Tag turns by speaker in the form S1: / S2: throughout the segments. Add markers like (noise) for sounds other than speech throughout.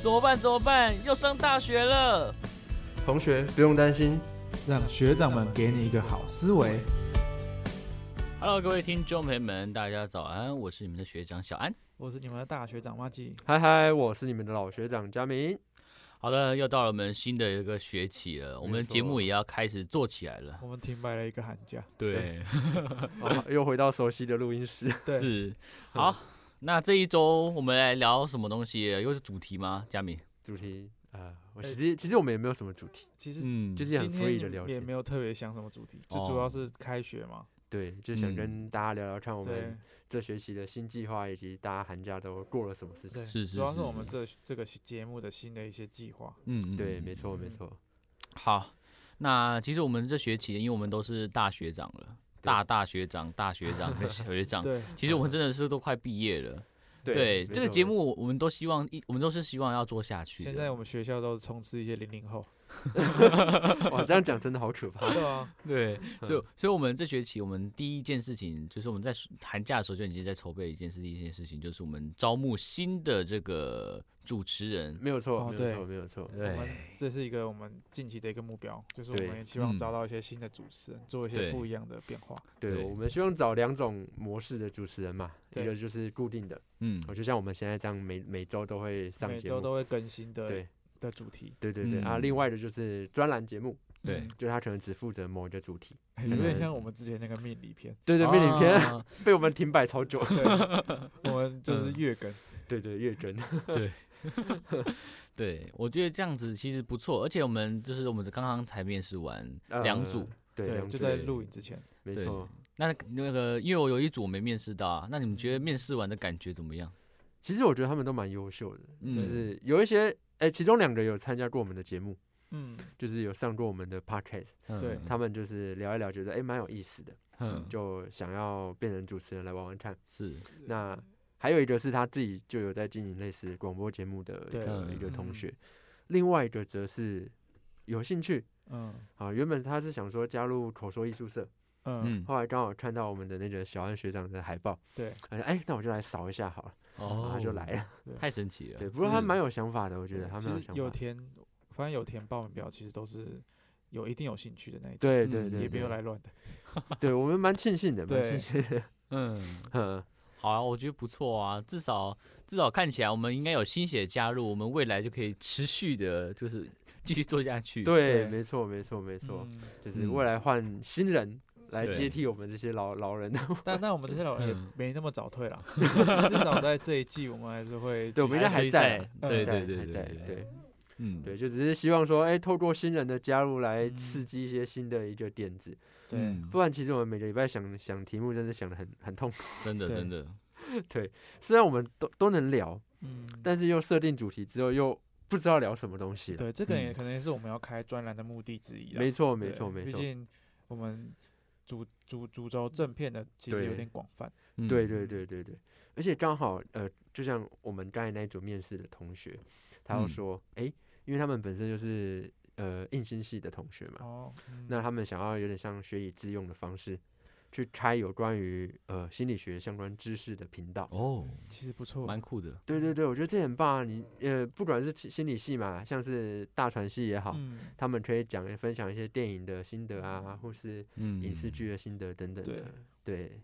S1: 怎么办？怎么办？要上大学了！
S2: 同学不用担心，
S3: 让学长们给你一个好思维。
S1: Hello，各位听众朋友们，大家早安，我是你们的学长小安。
S4: 我是你们的大学长蛙季，
S2: 嗨嗨，我是你们的老学长佳 (laughs) 明。
S1: 好的，又到了我们新的一个学期了，我们的节目也要开始做起来了。
S4: 我们停摆了一个寒假，
S1: 对，
S2: 哦又回到熟悉的录音室， (laughs)
S1: (laughs)
S4: 对
S1: 是好。那这一周我们来聊什么东西？又是主题吗？佳敏，
S2: 主题啊、呃我其实其实我们也没有什么主题，
S4: 其实
S1: 嗯，
S2: 就是很
S4: 今
S2: free 的聊
S4: 天也
S2: 天
S4: 没，有特别想什么主题，
S1: 哦
S4: 就主要是开学嘛。
S2: 对，就想
S1: 嗯
S2: 跟大家聊聊看我
S4: 对
S2: 们这学期的新计划，以及大家寒假都过了什么事情。
S4: 对，
S1: 是是
S4: 主要
S1: 是
S4: 是我们这这个节目的新的一些计划。
S1: 嗯嗯，
S2: 对，
S1: 嗯
S2: 没错没
S4: 嗯
S2: 错，
S1: 好，那其实我们这学期，因为我们都是大学长了，
S2: 对
S1: 大大学长、大学
S2: (laughs)
S1: 长、小学
S2: 啊
S1: 长，
S4: 对，
S1: 其实我们真的是都快毕业了。
S2: 没
S1: 这个
S2: 错
S1: 节
S2: 没错
S1: 目，我们都希望一，我们都是希望要做下去的。
S4: 现在我们学校都是充斥一些零零后，
S2: (laughs) 哇，这样讲真的好可 (laughs) 怕。
S4: 对啊，
S1: 对，
S2: 嗯
S1: 所以所以我们这学期，我们第一件事情就是我们在暑寒假的时候就已经在筹备一件事，一件事情就是我们招募新的这个主持人。
S2: 没有错，
S4: 哦
S2: 没有
S4: 对
S2: 错，没有错。
S4: 我们
S1: 对，
S4: 这是一个我们近期的一个目标，就是我
S2: 对
S4: 们也希望
S1: 嗯
S4: 找到一些新的主持人，做一
S1: 对
S4: 些不一样的变化。
S2: 对，
S1: 对
S2: 我们希望找两种模式的主持人嘛，一
S4: 对
S2: 个就是固定的，
S1: 嗯，
S2: 我就像我们现在这样每每周都会上
S4: 每
S2: 节
S4: 周
S2: 目，
S4: 都会更新的
S2: 对
S4: 的主题，
S2: 对对对。啊，
S1: 嗯
S2: 另外的就是专栏节目，
S1: 对
S4: 嗯，
S2: 就是他可能只负责某一个主题。
S4: 有点
S2: 嗯
S4: 像我们之前那个命理
S2: (laughs)
S4: 片，
S2: 对对，被你偏、
S1: 啊
S2: 被我们停摆超久。 (laughs)
S4: 对，我们
S2: 嗯
S4: 就是月更。
S2: 对对，月更。
S1: 对，我觉得这样子其实不错，而且我们就是我们刚刚才面试完
S2: 嗯
S1: 两组，
S2: 呃对，
S4: 对，
S2: 两
S4: 就
S2: 组
S4: 在
S1: 对
S4: 录影之前，
S2: 没
S1: 对
S2: 错。
S1: 那那个，因为我有一组我没面试到啊，那你们
S2: 嗯
S1: 觉得面试完的感觉怎么样？
S2: 其实我觉得他们都蛮优秀的，
S1: 嗯
S2: 就是有一些，哎、其中两个有参加过我们的节目，
S4: 嗯，
S2: 就是有上过我们的 podcast，
S4: 对
S1: 嗯
S2: 他们就是聊一聊，觉得哎蛮、有意思的，
S1: 嗯
S2: 就想要变成主持人来玩玩看。
S1: 是
S2: 那还有一个是他自己就有在经营类似广播节目的一
S4: 对
S2: 个
S1: 嗯
S2: 一个同
S4: 嗯
S2: 学，另外一个则是有兴趣
S4: 嗯
S2: 啊，原本他是想说加入口说艺术社，
S4: 嗯，
S1: 嗯
S2: 后来刚好看到我们的那个小安学长的海报，
S4: 对，
S2: 他说哎、那我就来扫一下好了，然后
S1: 哦
S2: 他就来，了。
S1: 太神奇了。
S2: 对，不过他
S1: 是
S2: 蛮有想法的，我觉得他
S4: 其
S2: 蛮有
S4: 实
S2: 想
S4: 有
S2: 法的。
S4: 填，反正有填报名表，其实都是有一定有兴趣的那一种，
S2: 对对
S1: 嗯
S2: 对，
S4: 也没有
S2: 对，
S4: 来乱的。
S2: 对我们蛮庆幸的，蛮庆
S4: 对
S2: 幸的。
S1: 嗯，
S2: 嗯
S1: 好啊，我觉得不错啊，至少至少看起来我们应该有新血加入，我们未来就可以持续的，就是继续做下去。
S2: 对，
S4: 对
S2: 没错，没错，没错，
S4: 嗯
S2: 就是
S1: 嗯
S2: 未来换新人来接
S1: 对
S2: 替我们这些老老人。
S4: 但但我们这些老人也
S1: 嗯
S4: 没那么
S2: (laughs)
S4: 早退了，至少在这一季我们还是会
S2: 对我们
S4: 继续
S2: 应该
S1: 还
S2: 还
S1: 是
S2: 在
S1: 在
S2: 啊，
S1: 对
S2: 还
S1: 对对
S2: 还
S1: 对
S2: 在
S1: 对
S2: 对
S1: 嗯，
S2: 对，就只是希望说，哎，透过新人的加入来
S4: 嗯
S2: 刺激一些新的一个点子，
S4: 对
S1: 嗯
S2: 不然其实我们每个礼拜想想题目，真的想的很很痛苦。
S1: 真的
S4: 对
S1: 真的，
S2: 虽然我们都都能聊，
S4: 嗯
S2: 但是又设定主题之后又不知道聊什么东西了。
S4: 对这个
S1: 嗯
S4: 也可能也是我们要开专栏的目的之一啦。
S2: 没错，
S4: 对
S2: 没错，没
S4: 毕
S2: 错。
S4: 竟我们主主主轴正片的其实
S2: 对
S4: 有点广泛。
S1: 嗯
S2: 对对对对对，而且刚好呃，就像我们刚才那一组面试的同学，他
S1: 嗯
S2: 又说，哎、因为他们本身就是呃应心系的同学嘛，
S4: 哦，嗯
S2: 那他们想要有点像学以致用的方式，去开有关于呃心理学相关知识的频道。
S1: 哦，
S4: 其实不错，
S1: 蛮酷的。
S2: 对对对，我觉得这很棒啊！你呃，不管是心心理系嘛，像是大传系也好，
S4: 嗯，
S2: 他们可以讲分享一些电影的心得啊，或是
S1: 嗯，
S2: 影视剧的心得等等
S4: 对
S2: 的。对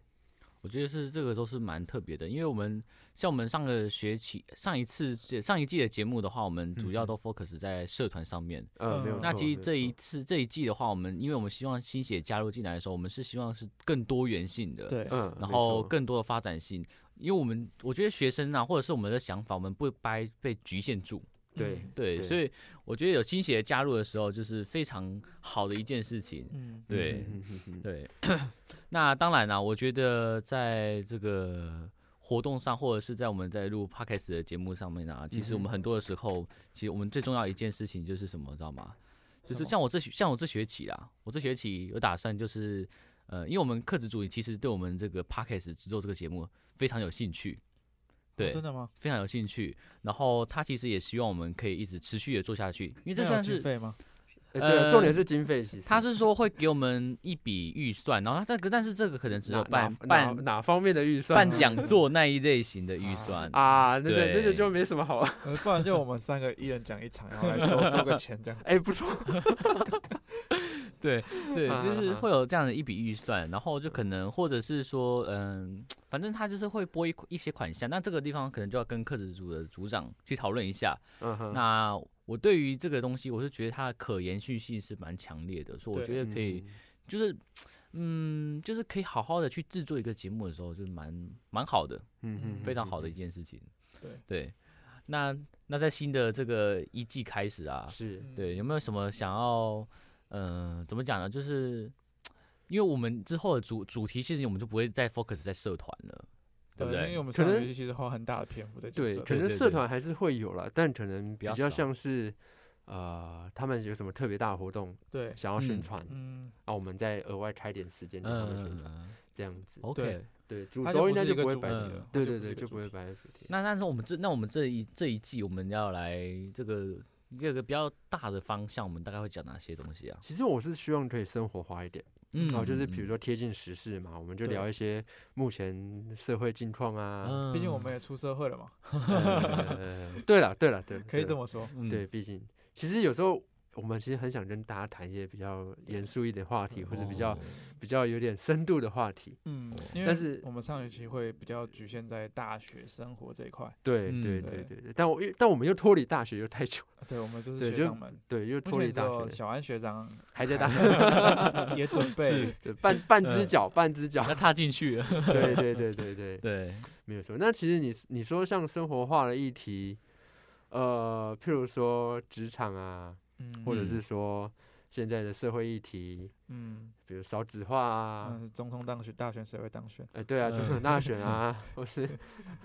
S1: 我觉得是这个都是蛮特别的，因为我们像我们上个学期、上一次、上一季的节目的话，我们主要
S2: 嗯
S1: 都 focus 在社团上面。
S2: 呃，没有错。
S4: 嗯
S1: 那其
S2: 没
S1: 实
S2: 有
S1: 这一
S2: 错
S1: 次这一季的话，我们因为我们希望新血加入进来的时候，我们是希望是更多元性的，
S4: 对，
S2: 嗯，
S1: 然
S2: 没
S1: 后
S2: 错
S1: 更多的发展性。因为我们我觉得学生啊，或者是我们的想法，我们不该被局限住。
S2: 对
S4: 嗯
S1: 对，
S2: 对
S1: 所以我觉得有新血加入的时候，就是非常好的一件事情。
S4: 嗯，
S1: 对，
S2: 嗯哼哼哼
S1: 对， (clears throat) 那当然啦、我觉得在这个活动上，或者是在我们在录 podcast 的节目上面啊，其实我
S2: 嗯
S1: 们
S2: 哼
S1: 很多的时候，其实我们最重要的一件事情就是什么，知道吗？就
S4: 什
S1: 是
S4: 么
S1: 像我这学像我这学期啦，我这学期有打算就是，呃，因为我们课职主义其实对我们这个 podcast 制作这个节目非常有兴趣，对，
S4: 哦真的吗？
S1: 非常有兴趣。然后他其实也希望我们可以一直持续的做下去，因为这
S4: 那有
S1: 算
S4: 经
S1: 是
S4: 费吗？
S2: 呃对啊，重点
S1: 呃
S2: 是经费，其实
S1: 他是说会给我们一笔预算，然后他这个但是这个可能只有
S2: 哪哪
S1: 办
S2: 哪
S1: 办
S2: 哪方面的预算
S1: 办
S2: 呢
S1: 讲座那一类型的预算，
S2: 啊？那个那个
S1: 对
S2: 就没什么好，。
S4: 呃不然就我们三个一人讲一场，然后来收
S1: (laughs)
S4: 收个钱这样
S2: 哎，不错，
S1: 对对，
S2: 啊
S1: 就是
S2: 啊
S1: 会有这样的一笔预算，然后就可能或者是说，嗯，反正他就是会拨一一些款项，那这个地方可能就要跟课职组的组长去讨论一下。
S2: 嗯哼，
S1: 那我对于这个东西，我是觉得它的可延续性是蛮强烈的，所以我
S4: 对
S1: 觉得可
S2: 嗯
S1: 以，就是，嗯，就是可以好好的去制作一个节目的时候，就是蛮蛮好的，
S2: 嗯，嗯嗯
S1: 非常好的一
S2: 嗯
S1: 件事情。
S4: 对
S1: 对，那那在新的这个一季开始啊
S2: 嗯，是
S4: 嗯
S1: 对，有没有什么想要，嗯、怎么讲呢？就是因为我们之后的主主题，其实我们就不会再 focus 在社团了，对不
S4: 因为
S1: 对
S4: 我？们
S2: 可
S4: 上个
S2: 能
S4: 游戏其实花很大的篇幅在讲
S2: 对，
S4: 社
S2: 可
S1: 对
S2: 能
S1: 对
S2: 社
S1: 对
S2: 团还是会有啦，但可能比
S1: 较
S2: 较
S1: 少
S2: 像是呃，他们有什么特别大的活动
S4: 对，
S2: 想要宣
S1: 嗯
S2: 传，
S4: 嗯，
S2: 啊，我们再额外开点时间让他们宣传，
S1: 嗯
S2: 这样子。
S1: ，OK。
S2: 对，主
S4: 它
S2: 轴
S4: 就
S2: 应
S4: 不
S2: 该
S4: 是
S2: 就
S4: 一
S2: 不
S4: 个
S2: 会
S4: 主题
S2: 摆
S1: 嗯
S2: 在，
S4: 了，
S2: 对
S4: 它就
S2: 对
S4: 不是
S2: 对，
S4: 一个
S2: 就不
S4: 主
S2: 会
S4: 题
S2: 摆在主题。
S1: 那但是我们这那我们这一这一季我们要来这个这个比较大的方向，我们大概会讲哪些东西啊？
S2: 其实我是希望可以生活化一点，
S1: 嗯
S2: 哦，就是比如说贴近时事嘛，我们就
S4: 对
S2: 聊一些目前社会近况啊。
S1: 嗯
S4: 毕竟我们也出社会了嘛， (laughs)
S2: 呃对了对了对啦，
S4: 可以
S2: 对
S4: 这
S2: 啦
S4: 么说。
S1: 嗯
S2: 对，毕竟其实有时候我们其实很想跟大家谈一些比较严肃一点话题，或者比较
S1: 哦
S2: 比较有点深度的话题。
S4: 嗯
S1: 哦，
S4: 因
S2: 但
S4: 为
S2: 是
S4: 我们上学期会比较局限在大学生活这一块，
S2: 对
S1: 嗯
S2: 对对
S4: 对
S2: 对对，但我但我们又脱离大学又太久，
S4: 对我们就是
S2: 对
S4: 学
S2: 就
S4: 长们，
S2: 对，又
S4: 目
S2: 脱离
S4: 前只
S2: 大
S4: 有
S2: 学，
S4: 小安学长
S2: 还
S4: (laughs)
S2: 在大学，
S4: 学也准备，
S2: 对半半只
S1: 嗯
S2: 脚半只脚
S1: 把，它踏进去
S2: (laughs)
S1: 了。
S2: 对对对对对，
S1: 对，
S2: 没有错。那其实你你说像生活化的议题，呃，譬如说职场啊，
S4: 嗯
S2: 或者
S1: 嗯
S2: 是说现在的社会议题，
S4: 嗯
S2: 比如少子化啊，
S4: 嗯，总统当选大选谁会当选？
S2: 哎、对啊，总
S1: 嗯
S2: 统大选啊，或是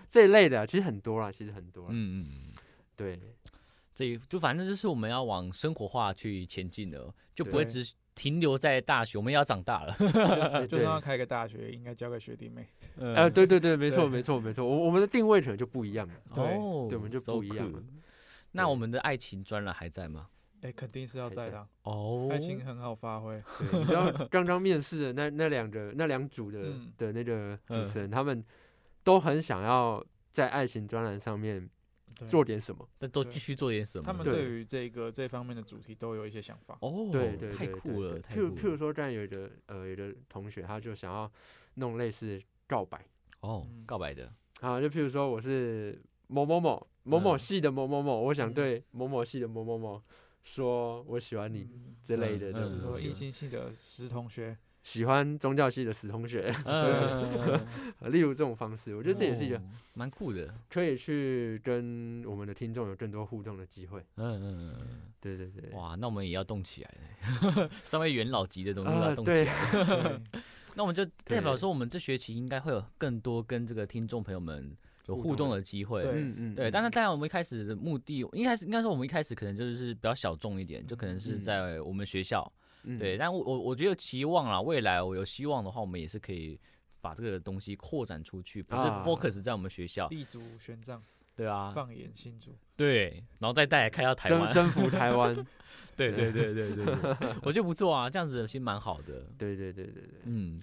S2: 这一类的，啊其实很多啦，其实很多啦。
S1: 嗯嗯嗯，
S2: 对，
S1: 这一就反正就是我们要往生活化去前进的，就不会
S4: 对
S1: 只停留在大学，我们也要长大了。
S2: 哎
S4: 就
S2: 对
S4: 算要开个大学，应该交给学弟妹。
S2: 呃，对对对，没错
S4: 对
S2: 没错没错，我我们的定位可能就不一样了。
S4: 对
S1: 哦，
S2: 对我们就
S1: so
S2: 不一样了
S1: cool。那
S2: 对
S1: 我们的爱情专栏还在吗？
S4: 哎，肯定是要
S2: 还
S4: 在
S2: 在
S4: 的啊，
S1: 哦
S4: 爱情很好
S2: (laughs)
S4: 发挥。
S2: 对，你知道刚刚面试的那那两个那两组的、
S4: 嗯
S2: 的那个主
S1: 嗯
S2: 持人，他们都很想要在爱情专栏上面
S1: 嗯
S4: 对
S2: 做点什么。
S1: 那都
S4: 对
S1: 必须做点什么？
S4: 他们
S2: 对
S4: 对于这个这方面的主题都有一些想法。
S1: 哦，
S2: 对对，
S1: 太
S2: 对
S1: 酷
S2: 对
S1: 了，
S2: 对
S1: 太
S2: 譬
S1: 酷
S2: 如譬如
S1: 了。
S2: 说，这样有一个呃，有一个同学，他就想要弄类似告白
S1: 哦
S4: 嗯，
S1: 告白
S2: (laughs)
S1: 的，
S2: 啊，就譬如说我是某某某某某
S1: 嗯
S2: 系的某某某，我想
S4: 嗯
S2: 对某某系的某某某说我喜欢你
S4: 嗯
S2: 之
S1: 嗯
S2: 类的这
S1: 嗯
S2: 种
S4: 比如说
S2: 东
S1: 嗯
S2: 西
S4: 异
S2: 嘛，
S4: 性系的石同学，
S2: 喜欢宗教系的死同学， (laughs)
S1: 嗯，
S2: 例如这种方式，我
S1: 我
S2: 觉得这也是
S1: 哦
S2: 一个
S1: 蛮酷的。
S2: 可以去跟我们的听众有更多互动的机会。
S1: 嗯嗯嗯
S2: 对对对
S1: 嗯，，哇，那我们也要动起来了， (laughs) 稍微元老级的东西都
S2: 啊
S1: 要动起
S2: 对
S1: 来。 (laughs)
S4: 对
S1: 那我们就代表
S2: 对
S1: 说，我们这学期应该会有更多跟这个听众朋友们有
S2: 互
S1: 互
S2: 动
S1: 动
S2: 的
S1: 的机会。
S4: 对
S2: 嗯嗯，
S1: 对，但是
S2: 嗯
S1: 当然，我们一开始的目的，一开始应该说我们一开始可能就是比较小众一点，就可能是
S2: 嗯
S1: 在我们学校。
S2: 嗯
S1: 对，但我我我觉得期望啦，未来我有希望的话，我们也是可以把这个东西扩展出去，不是
S2: 啊
S1: focus 在我们学校。
S4: 立足玄奘，
S1: 对啊，
S4: 放眼新竹。
S1: 对，然后再带来开到台
S2: 征
S1: 湾。
S2: 征
S1: (laughs)
S2: 服台湾，
S1: 对
S2: (laughs)
S1: 对对对对
S3: (laughs)
S1: 对，我觉得不错啊，这样子其实蛮好的。
S2: 对对对对对，
S1: 嗯，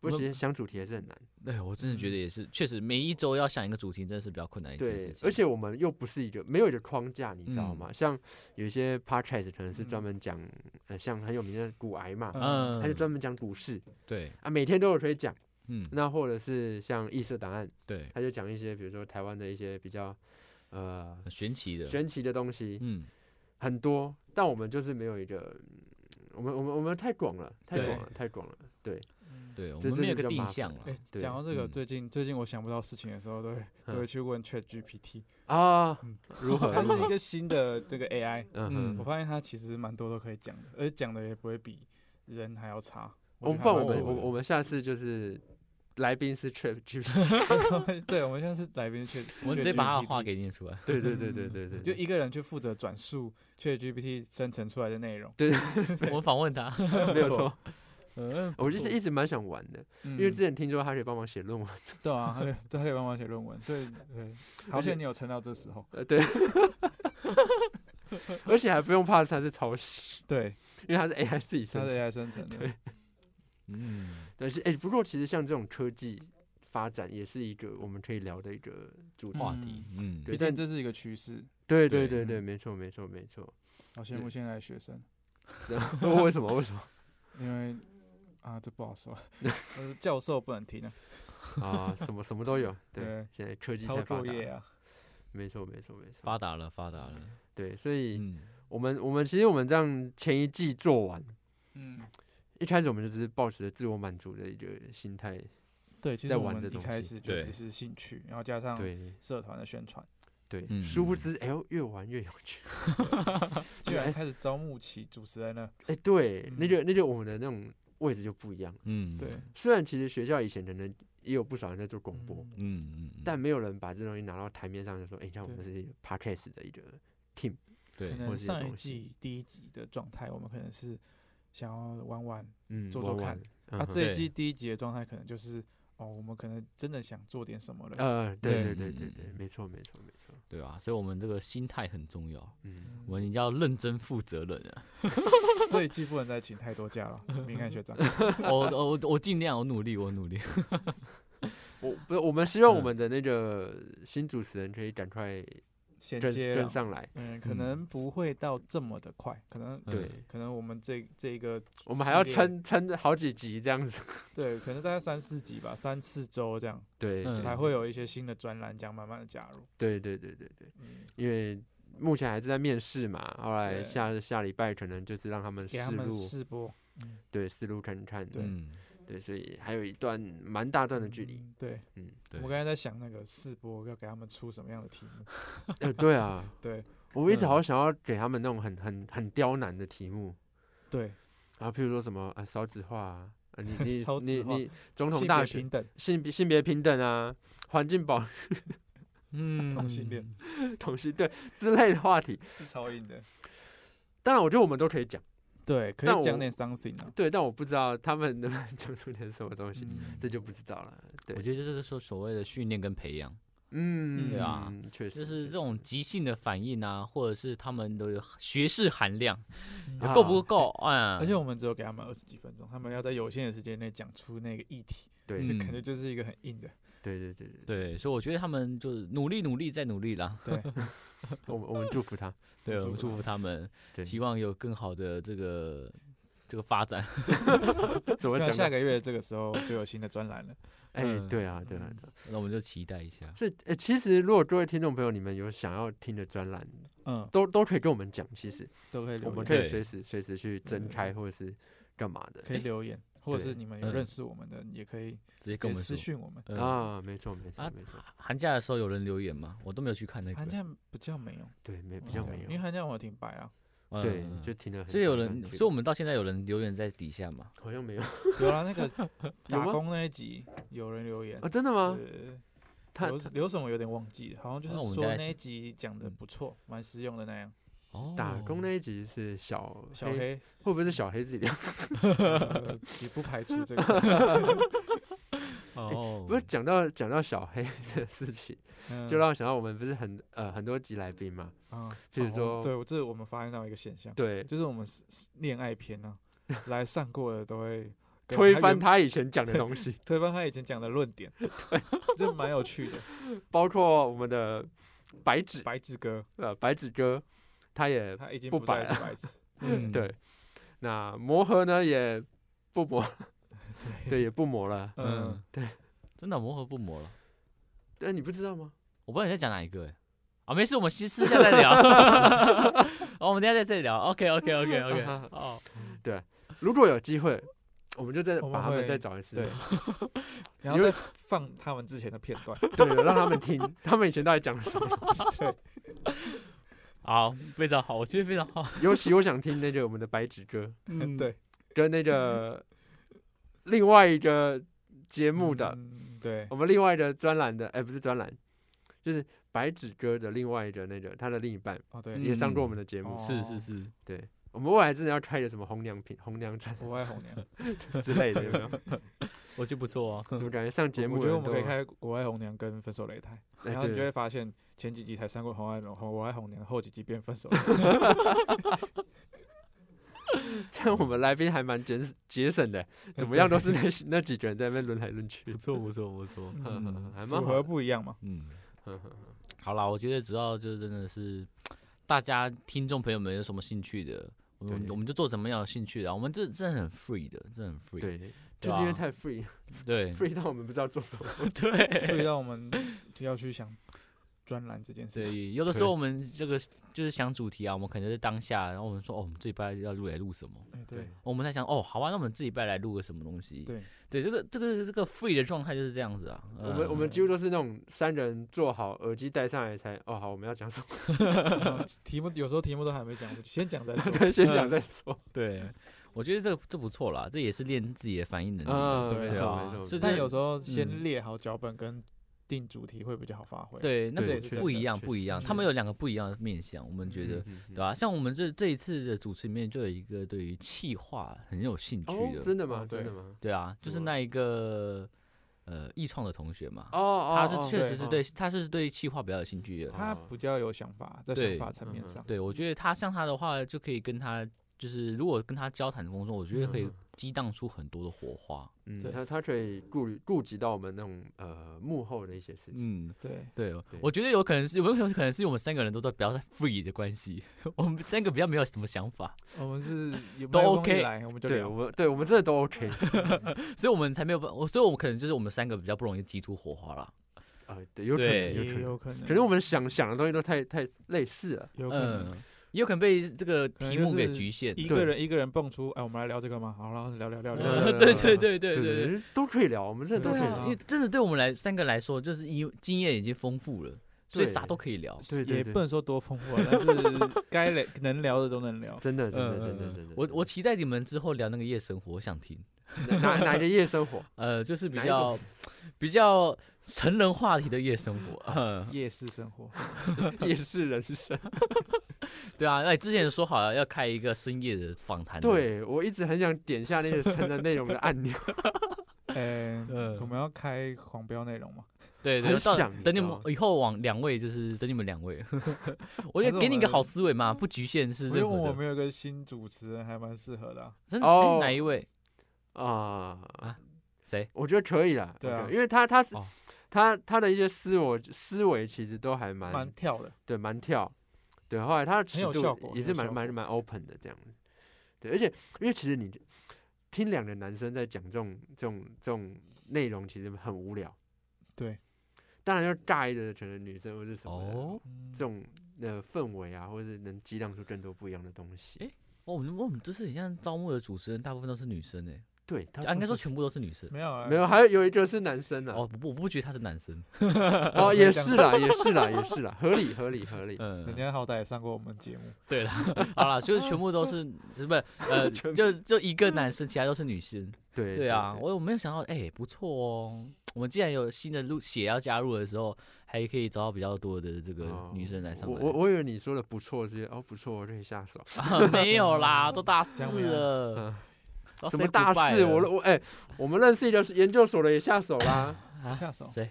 S2: 不过
S1: 我们
S2: 其实想主题还是很难。
S1: 对我真的觉得
S4: 嗯
S1: 也是，确实每一周要想一个主题，真的是比较困难一件事
S2: 对，
S1: 情。
S2: 而且我们又不是一个没有一个框架，你知道
S1: 嗯
S2: 吗？像有一些 podcast 可能是专
S4: 嗯
S2: 门讲，呃，像很有名的股癌嘛，
S1: 嗯，
S2: 他就专门讲股市
S1: 对，
S2: 啊，每天都有可以讲。
S1: 嗯
S2: 那或者是像异色档案，
S1: 对，
S2: 他就讲一些，比如说台湾的一些比较呃
S1: 很玄奇的，
S2: 神奇的东西，
S1: 嗯，
S2: 很多，但我们就是没有一个，嗯我们我们我们太广了，太
S4: 对
S2: 广了，太广了。对，
S1: 对，我
S2: 这
S1: 们
S2: 这
S1: 没有
S2: 就
S1: 个
S2: 比较
S1: 定
S2: 麻烦
S1: 向
S2: 了
S1: 了。
S4: 哎，
S2: 对
S4: 讲到这个，
S1: 嗯
S4: 最近最近我想不到事情的时候，都会都
S2: 嗯
S4: 会去问 Chat GPT，
S1: (laughs)
S2: 啊
S4: 嗯，
S2: 如何
S4: 它
S2: 如
S4: 是一
S2: 何？
S4: 个新的这个 AI，
S2: 嗯哼，
S4: 我发现它其实蛮多都可以讲的，而且讲的也不会比人还要差。
S2: 我们
S4: 觉
S2: 哦不
S4: 得
S2: 然
S4: 还
S2: 我们我
S4: 蛮酷的
S2: 我们下次就是来宾是 Trip G，
S4: (laughs) 对，我们现在是来宾 Chat，
S1: (laughs) 我们直接把他的话给念出来。 (laughs)
S2: 对对对对对对，
S4: 就一个人去负责转述 Chat GPT 生成出来的内容，
S2: 对，
S1: 我访问他，
S2: 没有错。
S1: 嗯，
S2: 我就是一直蛮想玩的，
S4: 因
S2: 因为之前听说他可以帮忙写论文，
S4: 嗯对啊，他可以他可以帮忙写论文，对对，好
S2: 而且
S4: 险你有撑到这时候。
S2: 呃，对，而且还不用怕它是抄袭，
S4: 对，
S2: 因为它是 AI 自己
S4: 它
S2: 生
S4: 的
S2: 成。
S4: AI 生成的，
S1: (laughs) 嗯，
S2: 但是哎、不过其实像这种科技发展也是一个我们可以聊的一个主题。
S1: 话题，嗯，
S2: 对
S4: 毕
S2: 但
S4: 竟这是一个趋势。
S2: 对
S1: 对
S2: 对对对，
S4: 嗯
S2: 没错没错没错。 (laughs)
S4: 好羡慕现在的学生，
S2: 为什么为什么？
S4: 因为啊，这不
S2: (laughs)
S4: 好说，呃教授不能听啊，
S2: 啊，什么什么都有。对，
S4: 对，
S2: 现在科技
S4: 抄
S2: 太发
S4: 作
S2: 达
S4: 业
S2: 了，
S4: 啊，
S2: 没错没错没错。
S1: 发达了，发达了，
S2: 对，所以
S1: 嗯，
S2: 我们我们其实我们这样前一季做完，
S4: 嗯，
S2: 一开始我们就只是抱持着自我满足的一个心态，
S4: 对，其
S2: 在
S4: 实我
S2: 玩这
S4: 们一
S2: 东
S4: 开
S2: 西
S4: 始就
S1: 对
S4: 只是兴趣，然后加上
S2: 对
S4: 社团的宣传，
S2: 对，
S1: 嗯
S2: 殊不
S1: 嗯
S2: 知哎呦越玩越有趣，
S4: 居然开始招募起主持人了，
S2: 哎对，那
S4: 嗯
S2: 就那就我们的那种位置就不一样了。
S1: 嗯，
S4: 对，
S2: 虽然其实学校以前可能也有不少人在做广播，
S1: 嗯，
S4: 嗯
S1: 嗯嗯，
S2: 但没有人把这东西拿到台面上，就说哎，你看我们
S4: 对
S2: 是一个 podcast 的一个 team，
S1: 对
S4: 可，
S2: 或者
S4: 能
S2: 是有
S4: 上一
S2: 东西
S4: 季第一集的状态，我们可能是想要玩玩。
S2: 嗯，
S4: 做
S2: 玩
S4: 做
S2: 玩
S4: 看。
S2: 嗯
S4: 啊，
S2: 哼
S4: 这
S1: 对
S4: 一季第一集的状态可能就是哦，我们可能真的想做点什么了。
S2: 呃，对
S1: 对
S2: 对对
S1: 嗯
S2: 对
S1: 嗯
S2: 对，
S1: 嗯
S2: 没错没错没错，
S1: 对吧？所以我们这个心态很重要，
S2: 嗯，
S1: 我们要认真负责任啊！ (laughs)
S4: 这一季不能再请太多假了，明翰
S2: (laughs)
S4: 学长。
S1: 我我我尽量，我努力，我 (laughs) 努力。
S2: 我不是我们希望我
S1: 嗯
S2: 们的那个新主持人可以赶快
S4: 衔
S2: 跟
S4: 接
S2: 跟
S4: 了，
S2: 上来，
S4: 嗯，可能不会到这么的快，可能
S1: 嗯
S2: 对，
S4: 可能我们这这一个
S2: 我们还要
S4: 系列
S2: 撑撑好几集这
S4: (laughs)
S2: 样子，
S4: 对，可能大概三四集吧，三四周这样
S2: 对，
S1: 嗯
S4: 才会有一些新的专栏这样慢慢的加入。
S2: 对对对对对，
S4: 嗯，
S2: 因为目前还是在面试嘛，后来
S4: 对
S2: 下下礼拜可能就是让他们
S4: 给
S2: 试
S4: 他们
S2: 录，
S4: 试播，
S2: 对，试录看看，
S1: 嗯，
S2: 对，所以还有一段蛮大段的距离，
S4: 嗯。对，
S2: 嗯，
S1: 对
S4: 我刚才在想那个试播要给他们出什么样的题
S2: (laughs)
S4: 目。
S2: 呃，对啊，
S4: (laughs) 对
S2: 我一直
S1: 嗯
S2: 好想要给他们那种很很很刁难的题目，
S4: 对，
S2: 啊，譬如说什么啊少子化啊，啊
S4: (laughs)
S2: 你你
S4: 少
S2: 你
S4: 子化
S2: 你总统
S4: 性
S2: 大
S4: 别
S2: 选
S4: 平等，
S2: 性别性别平等啊，环境保
S1: 嗯
S4: 同性恋，
S2: 同性对之类的话题，
S4: 是超硬的。
S2: 当然我觉得我们都可以讲，
S4: 对，可
S2: 但
S4: 以
S2: 我
S4: 讲点 something 啊。
S2: 对，但我不知道他们能不能讲出点什么东西，
S4: 嗯
S2: 这就不知道了。对
S1: 我，觉得这就是说所谓的训练跟培养，
S2: 嗯，
S4: 对
S1: 啊
S2: 嗯，确实
S1: 就是
S2: 确
S1: 这种
S2: 实
S1: 即兴的反应啊，或者是他们的学识含量
S2: 啊
S1: 够不够？啊？
S4: 而且我们只有给他们二十几分钟，他们要在有限的时间内讲出那个议题，
S2: 对
S1: 嗯
S4: 感觉就是一个很硬的。
S2: 对对对对，
S1: 对，所以我觉得他们就是努力努力再努力啦。
S4: 对，
S2: 我们我们祝福他，
S1: 对，我
S4: 祝
S1: 们
S4: 福
S1: 祝福他们，
S2: 对，
S1: 希望有更好的这个这个发展。
S2: 怎么
S4: 那
S2: 讲
S4: 啊下
S2: 呢？
S4: 个月这个时候就有新的专栏了。
S2: 哎，
S1: 嗯
S2: 对啊，对啊，对啊
S1: 那我们就期待一下。
S2: 所以，呃，其实如果各位听众朋友你们有想要听的专栏，
S4: 嗯，
S2: 都都可以跟我们讲，其实
S4: 都可以留
S2: 我
S4: 言，
S2: 们可以
S1: 对
S2: 随时随时去增开或者是干嘛的。
S4: 可以留言，或者
S2: 对
S4: 是你们有
S1: 嗯
S4: 认识我们的，也可以
S1: 直接跟
S4: 可以
S1: 我们
S4: 私
S1: 说。
S4: 讯我们。
S1: 嗯，
S2: 啊，没错没错
S1: 啊
S2: 没错，
S1: 寒假的时候有人留言吗？我都没有去看那个。
S4: 寒假比较没有，
S2: 对，没比
S4: 嗯
S2: 较
S4: 对
S2: 没
S4: 因为
S2: 有，
S4: 寒假我挺白啊，
S1: 嗯
S2: 对
S1: 嗯，嗯
S2: 就停了很长一段距离。
S1: 所以有人，所以我们到现在有人留言在底下嘛？
S2: 好像没有
S4: 有啊，那个
S2: 有
S4: 打
S2: 吗
S4: 工那一集有人留言
S2: 啊，，真的吗？
S4: 对
S2: 他
S4: 留留什么有点忘记了，好像就
S1: 那我
S4: 是
S1: 们
S4: 说
S1: 再来
S4: 那一集讲的不错，蛮实用的那样。
S1: 哦，
S2: 打工那一集是小
S4: 小，黑
S2: 会不会是小黑自己聊？
S4: 呃也不排除
S2: (laughs)
S4: 这个，
S1: 哦，
S2: 不是讲到讲到小黑的事情，就
S4: 让
S2: 让我想到我们不是很呃很多集来宾嘛？
S4: 啊，
S2: 譬如
S4: 哦
S2: 说
S4: 对我这我们发现到一个现象，
S2: 对，
S4: 就是我们是是恋爱片
S2: (laughs)
S4: 呢、来上过的都会跟
S2: 推
S4: 他
S2: 翻
S4: 原
S2: 他以前讲的东
S4: (laughs)
S2: 西，
S4: 推翻他以前讲的论点，就蛮有趣的。
S2: 包括我们的白纸
S4: 白纸哥
S2: 呃白纸哥，他也
S4: 他已经
S2: 不
S4: 不再
S2: 白
S4: 是
S2: (laughs)
S4: 白纸，
S1: 嗯
S2: 对，那磨合呢也不
S4: (laughs)
S2: 磨，对，也不磨了。
S4: 嗯，，
S2: 对，
S1: 真的磨合不磨了？
S2: 但哎你不知道吗？
S1: 我不知道你在讲哪一个哎。啊，没事，我们先私下再聊。好，我们等一下在这里聊。OK，OK，OK，OK。哦，
S2: 如果有机会，我们就再
S4: 我们
S2: 把他们
S4: 会
S2: 再找一次，
S4: 对然后
S2: 因为
S4: 再放他们之前的片
S2: (laughs)
S4: 段，
S2: 对，让他们听他们以前到底讲了什么。
S1: 好，非常好，我觉得非常好。
S2: 尤其我想听那个我们的白纸哥
S1: 嗯，
S4: 对
S2: 跟那个另外一个节目的，
S4: 嗯对
S2: 我们另外一个专栏的，哎、不是专栏，就是白纸哥的另外一个那个他的另一半、
S4: 哦对
S1: 嗯
S2: 也上过我们的节目，
S4: 哦
S1: 是是是，
S2: 对，我们未来真的要开一个什么红娘品、红娘展
S4: 我爱红娘，
S2: 之类的，有
S4: (laughs)
S2: 没有？
S1: 我觉得不错哦。
S2: 怎么感觉上 (laughs) 节目
S4: 我觉得
S2: 的
S4: 我们可以
S2: 人
S4: 开国爱红娘跟分手擂台，
S2: 哎
S4: 然后你
S2: 对
S4: 就会发现前几集才三过红爱红我爱红娘，后几集变分手擂
S2: (laughs)
S4: 台
S2: 都这样，我们来宾还蛮节节省的，怎么样都是那那几个人在那边轮来轮去
S1: 不，错，不错，不错。
S2: 呵呵呵
S4: (laughs) 嗯
S2: 还蛮
S4: 组
S2: 好
S4: 合
S2: 的
S4: 不一样
S1: (laughs)
S4: 嘛。
S1: 嗯，
S2: 呵呵呵
S1: 好啦，我觉得主要就是真的是大家听众朋友们有什么兴趣的，我们
S2: 对
S1: 我们就做什么样的兴趣的啊，我们这真的很 free 的，真的很 free。
S2: 对，就是因为
S1: 啊
S2: 太 free
S1: 对
S2: free 到我们不知道做什么。
S1: (laughs)
S4: 所以让我们就要去想专栏这
S1: (laughs)
S4: 件事情。
S1: 对，有的时候我们这个就是想主题啊，我们可能在当下，然后我们说哦，我们这礼拜要录来录什么，
S4: 哎，对
S1: 我们在想哦，好吧，那我们这礼拜来录个什么东西？
S4: 对，
S1: 对，这个这个这个 free 的状态就是这样子啊。
S2: 我们我
S1: 嗯
S2: 们几乎都是那种三人做好耳机戴上来才哦好，我们要讲什
S4: (laughs)
S2: 么，
S4: 然后题目有时候题目都还没讲，我就先讲再说。
S2: (laughs) 对，先讲再说。
S1: 对， (laughs) 我觉得这这不错啦，这也是练自己的反应能力啊。
S2: 嗯，
S4: 对
S2: 没
S1: 对
S2: 错
S1: 啊
S2: 没错没
S1: 是
S2: 错。
S4: 但有时候
S1: 嗯
S4: 先列好脚本跟定主题会比较好发挥。，
S1: 对，那
S2: 对
S1: 不
S2: 确实
S1: 不一样，
S2: 确
S1: 不一
S2: 实
S1: 样。
S4: 确
S1: 他们
S4: 实
S1: 有两个不一样的面向，我们觉得，
S2: 嗯嗯
S1: 对吧、像我们这这一次的主持里面，就有一个对于气化很有兴
S2: 嗯
S1: 趣
S2: 哦，
S1: 的，
S2: 真的吗
S4: 哦？对
S2: 真的吗？
S1: 对啊，就是
S2: 我
S1: 那一个呃易创的同学嘛，
S2: 哦哦，
S1: 他是
S2: 哦
S1: 确
S4: 对
S1: 实是
S2: 哦
S1: 对，他是对气化比较有兴趣的。
S4: 他比较有想法，在
S1: 对
S4: 想法层面上。
S1: 对，我觉得他像他的话，就可以跟他就是如果跟他交谈的工作，我觉得可以
S2: 嗯
S1: 激荡出很多的火花。
S2: 嗯，
S4: 对
S2: 他他可以顾虑顾及到我们那种呃幕后的一些事情。
S1: 嗯，
S4: 对，
S1: 对，
S2: 对
S1: 我觉得有可能是有没有可能是我们三个人都在比较在 free 的关系， (laughs) 我们三个比较没有什么想法，
S4: 我们是有
S1: 都
S4: 麦克风
S1: OK
S4: 一来我们就
S2: 对
S4: 聊。
S2: 我们，对我们真的都 OK
S1: 所以我们才没有办，我所以我们可能就是我们三个比较不容易激出火花啦。
S2: 啊，对，有可
S1: 对
S2: 能，有可
S4: 也
S2: 能，
S4: 有可能，
S2: 可能我们想想的东西都太太类似了。
S4: 有可能
S1: 嗯，也有可能被这个
S4: 可能
S1: 题
S4: 就
S1: 目给
S4: 是
S1: 局限。
S4: 一
S2: 对
S4: 个人一个人蹦出，哎，我们来聊这个吗？好，然后聊聊聊聊
S2: 嗯
S4: 聊。
S1: (laughs) 呃对对对对对对。
S2: 对，都可以聊，我们真的都可
S1: 对
S2: 以
S1: 啊，
S2: 聊
S1: 因为。真的对我们来三个来说，就是因为经验已经丰富了，所以
S2: 对
S1: 啥都可以聊。
S2: 对对
S4: 也
S2: 对
S4: 不能说多丰富，啊，但是该聊能聊的都
S2: (laughs)
S4: 能聊。
S2: 真的，真的，
S1: 嗯
S2: 真的，
S1: 嗯
S2: 真的。
S1: 我我期待你们之后聊那个夜生活，我想听。
S2: 哪哪哪一个夜生活？
S1: 呃，就是比
S2: 哪一
S1: 较
S2: 种
S1: (laughs) 比较成人话题的夜生活。 (laughs) 呃
S4: 夜市生活，
S2: 夜市人生。
S1: 对啊，哎，之前说好了要开一个深夜的访谈。，
S2: (laughs) 对我一直很想点下那个成人内容的按钮， (laughs)
S4: 嗯，
S1: (laughs) 嗯
S4: 我们要开黄标内容嘛？
S1: 对对，
S2: 很
S1: 到
S2: 想
S1: 等你
S2: 你知
S1: 们
S2: 道吗
S1: 以后往两位，就是等你们两 (laughs) 位，我觉得
S4: 还是
S1: 给
S4: 我
S1: 你一个
S4: 们
S1: 好思维嘛，不局限是
S4: 因为
S1: 任
S4: 我
S1: 何的。
S4: 们有个新主持人，还蛮适合的啊。
S1: 真的哎
S2: 哦
S1: 哪一位？
S2: 啊
S1: 啊，谁？
S2: 我觉得可以啦。
S4: 对啊
S2: OK，因为他他是
S1: 哦
S2: 他他的一些思我思维其实都还
S4: 蛮
S1: 哎
S2: 蛮
S4: 跳的，
S2: 对蛮跳，对，后来他的尺
S4: 有效果
S2: 度也
S4: 很
S2: 是
S4: 有
S2: 蛮
S4: 效
S2: 蛮
S4: 果
S2: 蛮 open 的这样子。对，而且因为其实你听两个男生在讲这种这种这种内容，其实很无聊。
S4: 对，
S2: 当然要尬一的可能女生或是什么的
S1: 哦，
S4: 嗯
S2: 这种的氛围啊，或者是能激荡出更多不一样的东西
S1: 诶。哦我们我们这次很像招募的主持人，大部分都是女生哎，
S2: 对，他
S1: 啊，应该说
S2: 全
S1: 全部都是女生。
S4: 没有啊
S2: 没有，还有有一个是男生啊。
S1: 哦，不，我不觉得他是男生。
S2: 哦，
S1: (laughs)
S4: 可以
S2: 也
S4: 这样
S2: 是啦，也是啦，也是啦，合理，合理，合理。
S4: 人
S1: 嗯，
S4: 家好歹也上过我们节目，
S1: 对了，好了，就是全部都 (laughs) 是，不是呃，
S2: 全部
S1: 就就一个男生，其他都是女生。
S2: 对
S1: 对啊，我我没有想到，哎、不错哦。我们既然有新的路血要加入的时候，还可以找到比较多的这个
S2: 哦
S1: 女生来上
S2: 我
S1: 来。
S2: 我我以为你说的不错是哦，不错，我可以下手。
S1: 啊 (laughs) 没有啦，都大四
S4: 这样不一
S1: (laughs)
S4: 样
S1: 了，
S2: 嗯
S1: 然后
S2: 什
S1: 谁
S2: 么
S1: 不
S2: 大
S1: 拜
S2: 事？
S1: 了
S2: 我我哎，我们认识一个研究所的也下手啦。
S4: (laughs)
S1: 啊
S4: 下
S1: (laughs)
S4: 手
S1: 谁？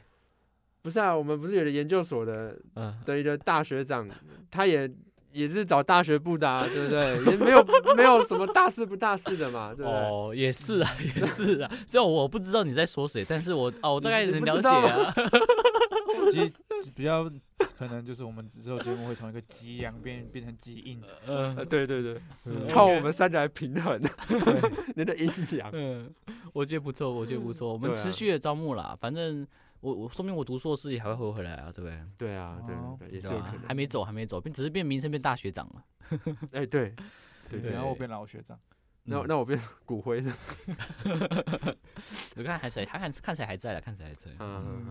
S2: 不是啊，我们不是有个研究所的
S1: 嗯，
S2: 的一个大学长，他也也是找大学部的、啊，对不对？也没有没有什么大事不大事的嘛，对不对？
S1: 哦，也是
S2: (laughs)
S1: 啊，也是啊。虽然我不知道你在说谁，但是我哦，我大概
S2: 你
S1: 能
S2: 你不
S1: 了
S2: 知
S1: 解
S2: 道
S1: 啊。
S4: 鸡比较可能就是我们之后节目会从一个激昂变变成基因，
S2: 呃
S1: (laughs)
S2: (laughs)
S1: 嗯
S2: 对对对，
S4: 嗯
S2: 靠我们三个来平衡你的阴阳。
S1: 嗯，我觉得不错，我觉得不错。我们
S2: 对啊
S1: 持续的招募啦，反正我我说明我读硕士也还会回回来啊，对不对？
S2: 对啊，对
S4: 哦
S2: 对对，也是
S1: 对
S2: 有
S1: 吧
S2: 可？能。
S1: 还没走，还没走，变只是变名声变大学长了。
S2: 哎，对，对
S4: 然后我变老学长，
S2: 那
S1: 嗯
S2: 那我变骨灰了。
S1: 我看还谁，还看看谁还在了，看谁还在。
S2: 嗯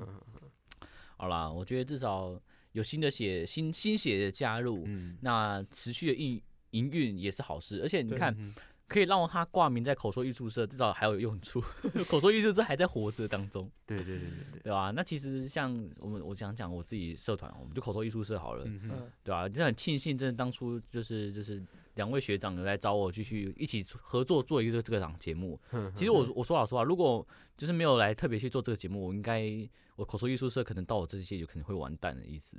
S1: 好啦，我觉得至少有新的血、新新血的加入，
S2: 嗯，
S1: 那持续的营营运也是好事。而且你看，
S2: 嗯
S1: 可以让他挂名在口说艺术社，至少还有用处。 (laughs) 口说艺术社还在活着当中，
S2: 对对对对对，
S1: 对吧、那其实像我们，我讲讲我自己社团，我们就口说艺术社好了，
S2: 嗯哼，
S4: 嗯，
S1: 对吧、真的很庆幸，真的当初就是就是两位学长有来找我继续一起合作做一个这个档节目。
S2: 嗯
S1: 其实我我说老实话，如果就是没有来特别去做这个节目，我应该我口说艺术社可能到我这些就可能会完蛋的意思。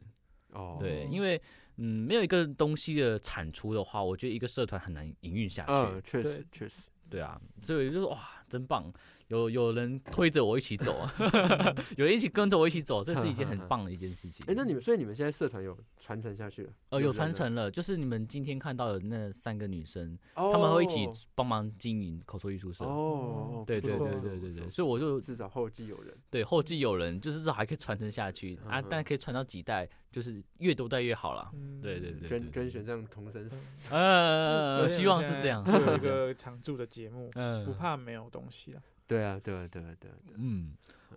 S2: 哦，
S1: 对，
S4: 哦
S1: 因为嗯，没有一个东西的产出的话，我觉得一个社团很难营运下去。
S2: 嗯，确实
S4: 对
S2: 确实，
S1: 对啊，所以我就是哇，真棒，有有人推着我一起走，啊 (laughs) 有人一起跟着我一起走，这是一件
S2: (laughs)
S1: 很棒的一件事情。
S2: 哎，那你们所以你们现在社团有传承下去了？
S1: 呃有
S2: 人
S1: 传
S2: 了，
S1: 承了，就是你们今天看到的那三个女生，
S2: 他
S1: 她们会一起帮忙经营口说艺术社。
S2: 哦，
S1: 对
S2: 不
S1: 对
S2: 错
S1: 对
S2: 不
S1: 对
S2: 错
S1: 对
S2: 不
S1: 对，
S2: 错
S1: 所以我就
S2: 至少后继有人，
S1: 对后继有人，就是至少还可以传承下去啊，
S2: 嗯嗯
S1: 但可以传到几代，就是越多代越好了。
S4: 嗯
S1: 对对对
S2: 跟
S1: 对，嗯
S2: 跟选上同生死，
S1: (laughs) 呃，希望是这样。
S4: 会
S1: (laughs)
S4: 有一个常驻的节目，
S1: 嗯，
S4: 不怕没有东西了。
S2: 对啊对啊对啊对啊，对啊
S1: 嗯，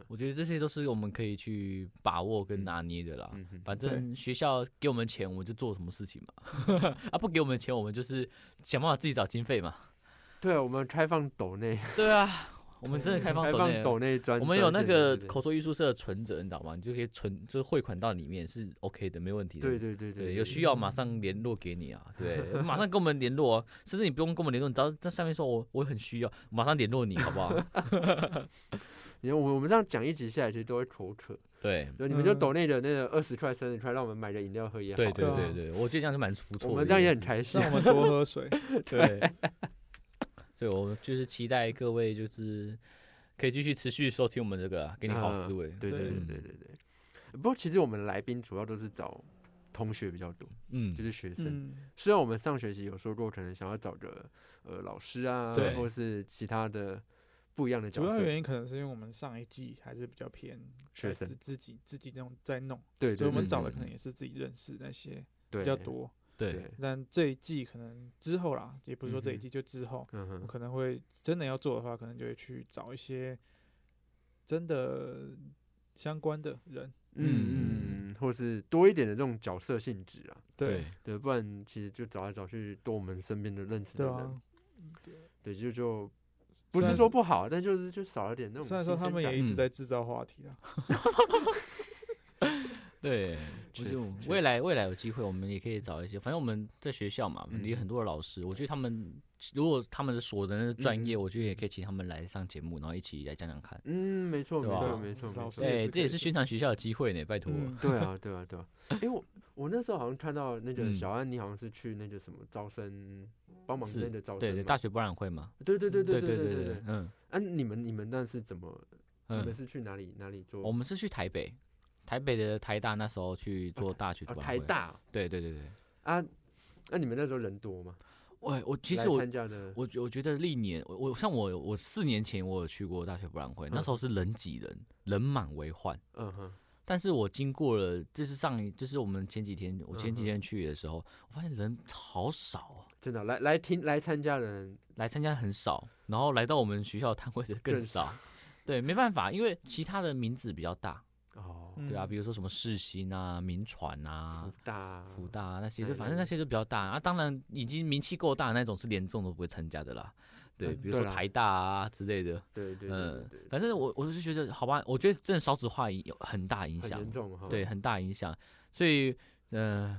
S1: 我觉得这些都是我们可以去把握跟拿捏的啦。
S2: 嗯哼，
S1: 反正学校给我们钱，我们就做什么事情嘛。 (laughs) 啊，不给我们钱，我们就是想办法自己找经费嘛。
S2: 对啊，我们开放抖内，
S1: 对啊，我们真的开放
S2: 开
S1: 抖内啊
S2: 放抖内专，
S1: 我们有那
S2: 专线
S1: 个
S2: 对对对
S1: 口说艺术社的存折，你知道吗？你就可以存，就是汇款到里面是 OK 的，没问题的。
S2: 对对对
S1: 对
S2: 对，
S1: 有需要马上联络给你啊，对，马上跟我们联络、哦，甚至你不用跟我们联络，你只要在上面说我我很需要，马上联络你，好不好？
S2: 你看我们我们这样讲一集下来，其实都会口渴。
S1: 对，
S2: 对，你们就
S4: 嗯
S2: 抖内的那个二十块、三十块，让我们买的饮料喝也好。
S1: 对对
S4: 对啊
S1: 对对，我觉得这样是蛮不错的。
S2: 我们这样也很开心
S4: 让。我们多
S1: (laughs)
S4: 喝水。
S1: 对，所以我们就是期待各位就是可以继续持续收听我们这个啊给你好思维。
S2: 对对对
S1: 嗯
S2: 对对对。不过其实我们来宾主要都是找同学比较多，
S1: 嗯，
S2: 就是学生。
S4: 嗯，
S2: 虽然我们上学期有说过，可能想要找个呃老师啊，
S1: 对
S2: 或是其他的不一样的角
S4: 主要
S2: 色。
S4: 原因可能是因为我们上一季还是比较偏
S2: 学
S4: 在
S2: 生
S4: 自自己自己那种在弄，
S2: 对
S4: 所
S2: 对
S4: 以我们
S1: 嗯
S4: 找的
S1: 嗯
S4: 可能也是自己认识那些
S2: 对
S4: 比较。多。
S1: 对
S2: 对，
S4: 但这一季可能之后啦，也不是说这
S2: 嗯
S4: 一
S2: 哼
S4: 季就之后，
S2: 嗯
S4: 我
S2: 哼，
S4: 可能会真的要做的话，可能就会去找一些真的相关的人。
S2: 嗯嗯，或是多一点的这种角色性质啊。
S1: 对，
S2: 对，不然其实就找来找去，多我们身边的认识的
S4: 对
S2: 人。
S4: 啊，
S2: 对，就就不是
S4: 虽然
S2: 说不好，但就是就少了点那种。
S4: 虽然说他们也一直
S1: 嗯
S4: 在制造话题啦，
S1: 对，
S2: 确
S1: 就
S2: 实
S1: 是
S2: 确
S1: 未
S2: 实
S1: 来未来有机会，我们也可以找一些，反正我们在学校嘛，
S2: 嗯
S1: 也有很多的老师，我觉得他们如果他们的所能的专业，
S2: 嗯
S1: 我觉得也可以请他们来上节目，然后一起来讲讲看。
S2: 嗯，没错，
S1: 对
S2: 没错，
S1: 吧
S2: 没错，没
S4: 老
S2: 错
S4: 师。也
S1: 哎，
S4: 是
S1: 这也
S4: 可以
S1: 是
S4: 的
S1: 宣传学校的机会呢，拜托。
S4: 嗯，
S2: 对啊，对啊，对啊。哎、我我那时候好像看到那个
S1: 嗯
S2: 小安，你好像是去那个什么招生帮忙
S1: 是
S2: 那个招生嘛，
S1: 对对，大学博览会嘛，
S2: 对对对对
S1: 对
S2: 对
S1: 对
S2: 对
S1: 对，嗯
S2: 啊，你们你们那是怎么？你们
S1: 嗯，
S2: 是去哪里哪里做？
S1: 我们是去台北，台北的台大那时候去做大学
S2: 啊
S1: 博览
S2: 台
S1: 会，
S2: 大哦
S1: 对对对对。
S2: 啊。那、你们那时候人多吗？
S1: 我我其实
S2: 来
S1: 我
S2: 参加的，
S1: 我觉我觉得历年我我像我我四年前我有去过大学博览会，那时候是人挤人，人满为患。
S2: 嗯哼，
S1: 但是我经过了，这是上一，这是我们前几天我前几天去的时候，我发现人好少啊，
S2: 真的哦来来听来参加的人，
S1: 来参加很少，然后来到我们学校摊位的更
S2: 更
S1: 少。对，没办法，因为其他的名字比较大，
S2: 哦，
S4: 嗯
S1: 对啊，比如说什么世新啊、民传啊
S2: 福、大，哦
S1: 福大啊那些，
S2: 对
S1: 就反正那些就比较大啊。当然，已经名气够大的那种是连众都不会参加的啦。对，
S4: 嗯
S1: 比如说
S2: 对啦
S1: 台大啊之类的。
S2: 对对对对
S1: 嗯
S2: 对，，
S1: 反正我我是觉得，好吧，我觉得真的少子化有很大影
S2: 很
S1: 响
S2: 严，重哦哈。
S1: 对，，很大影响。所以，呃，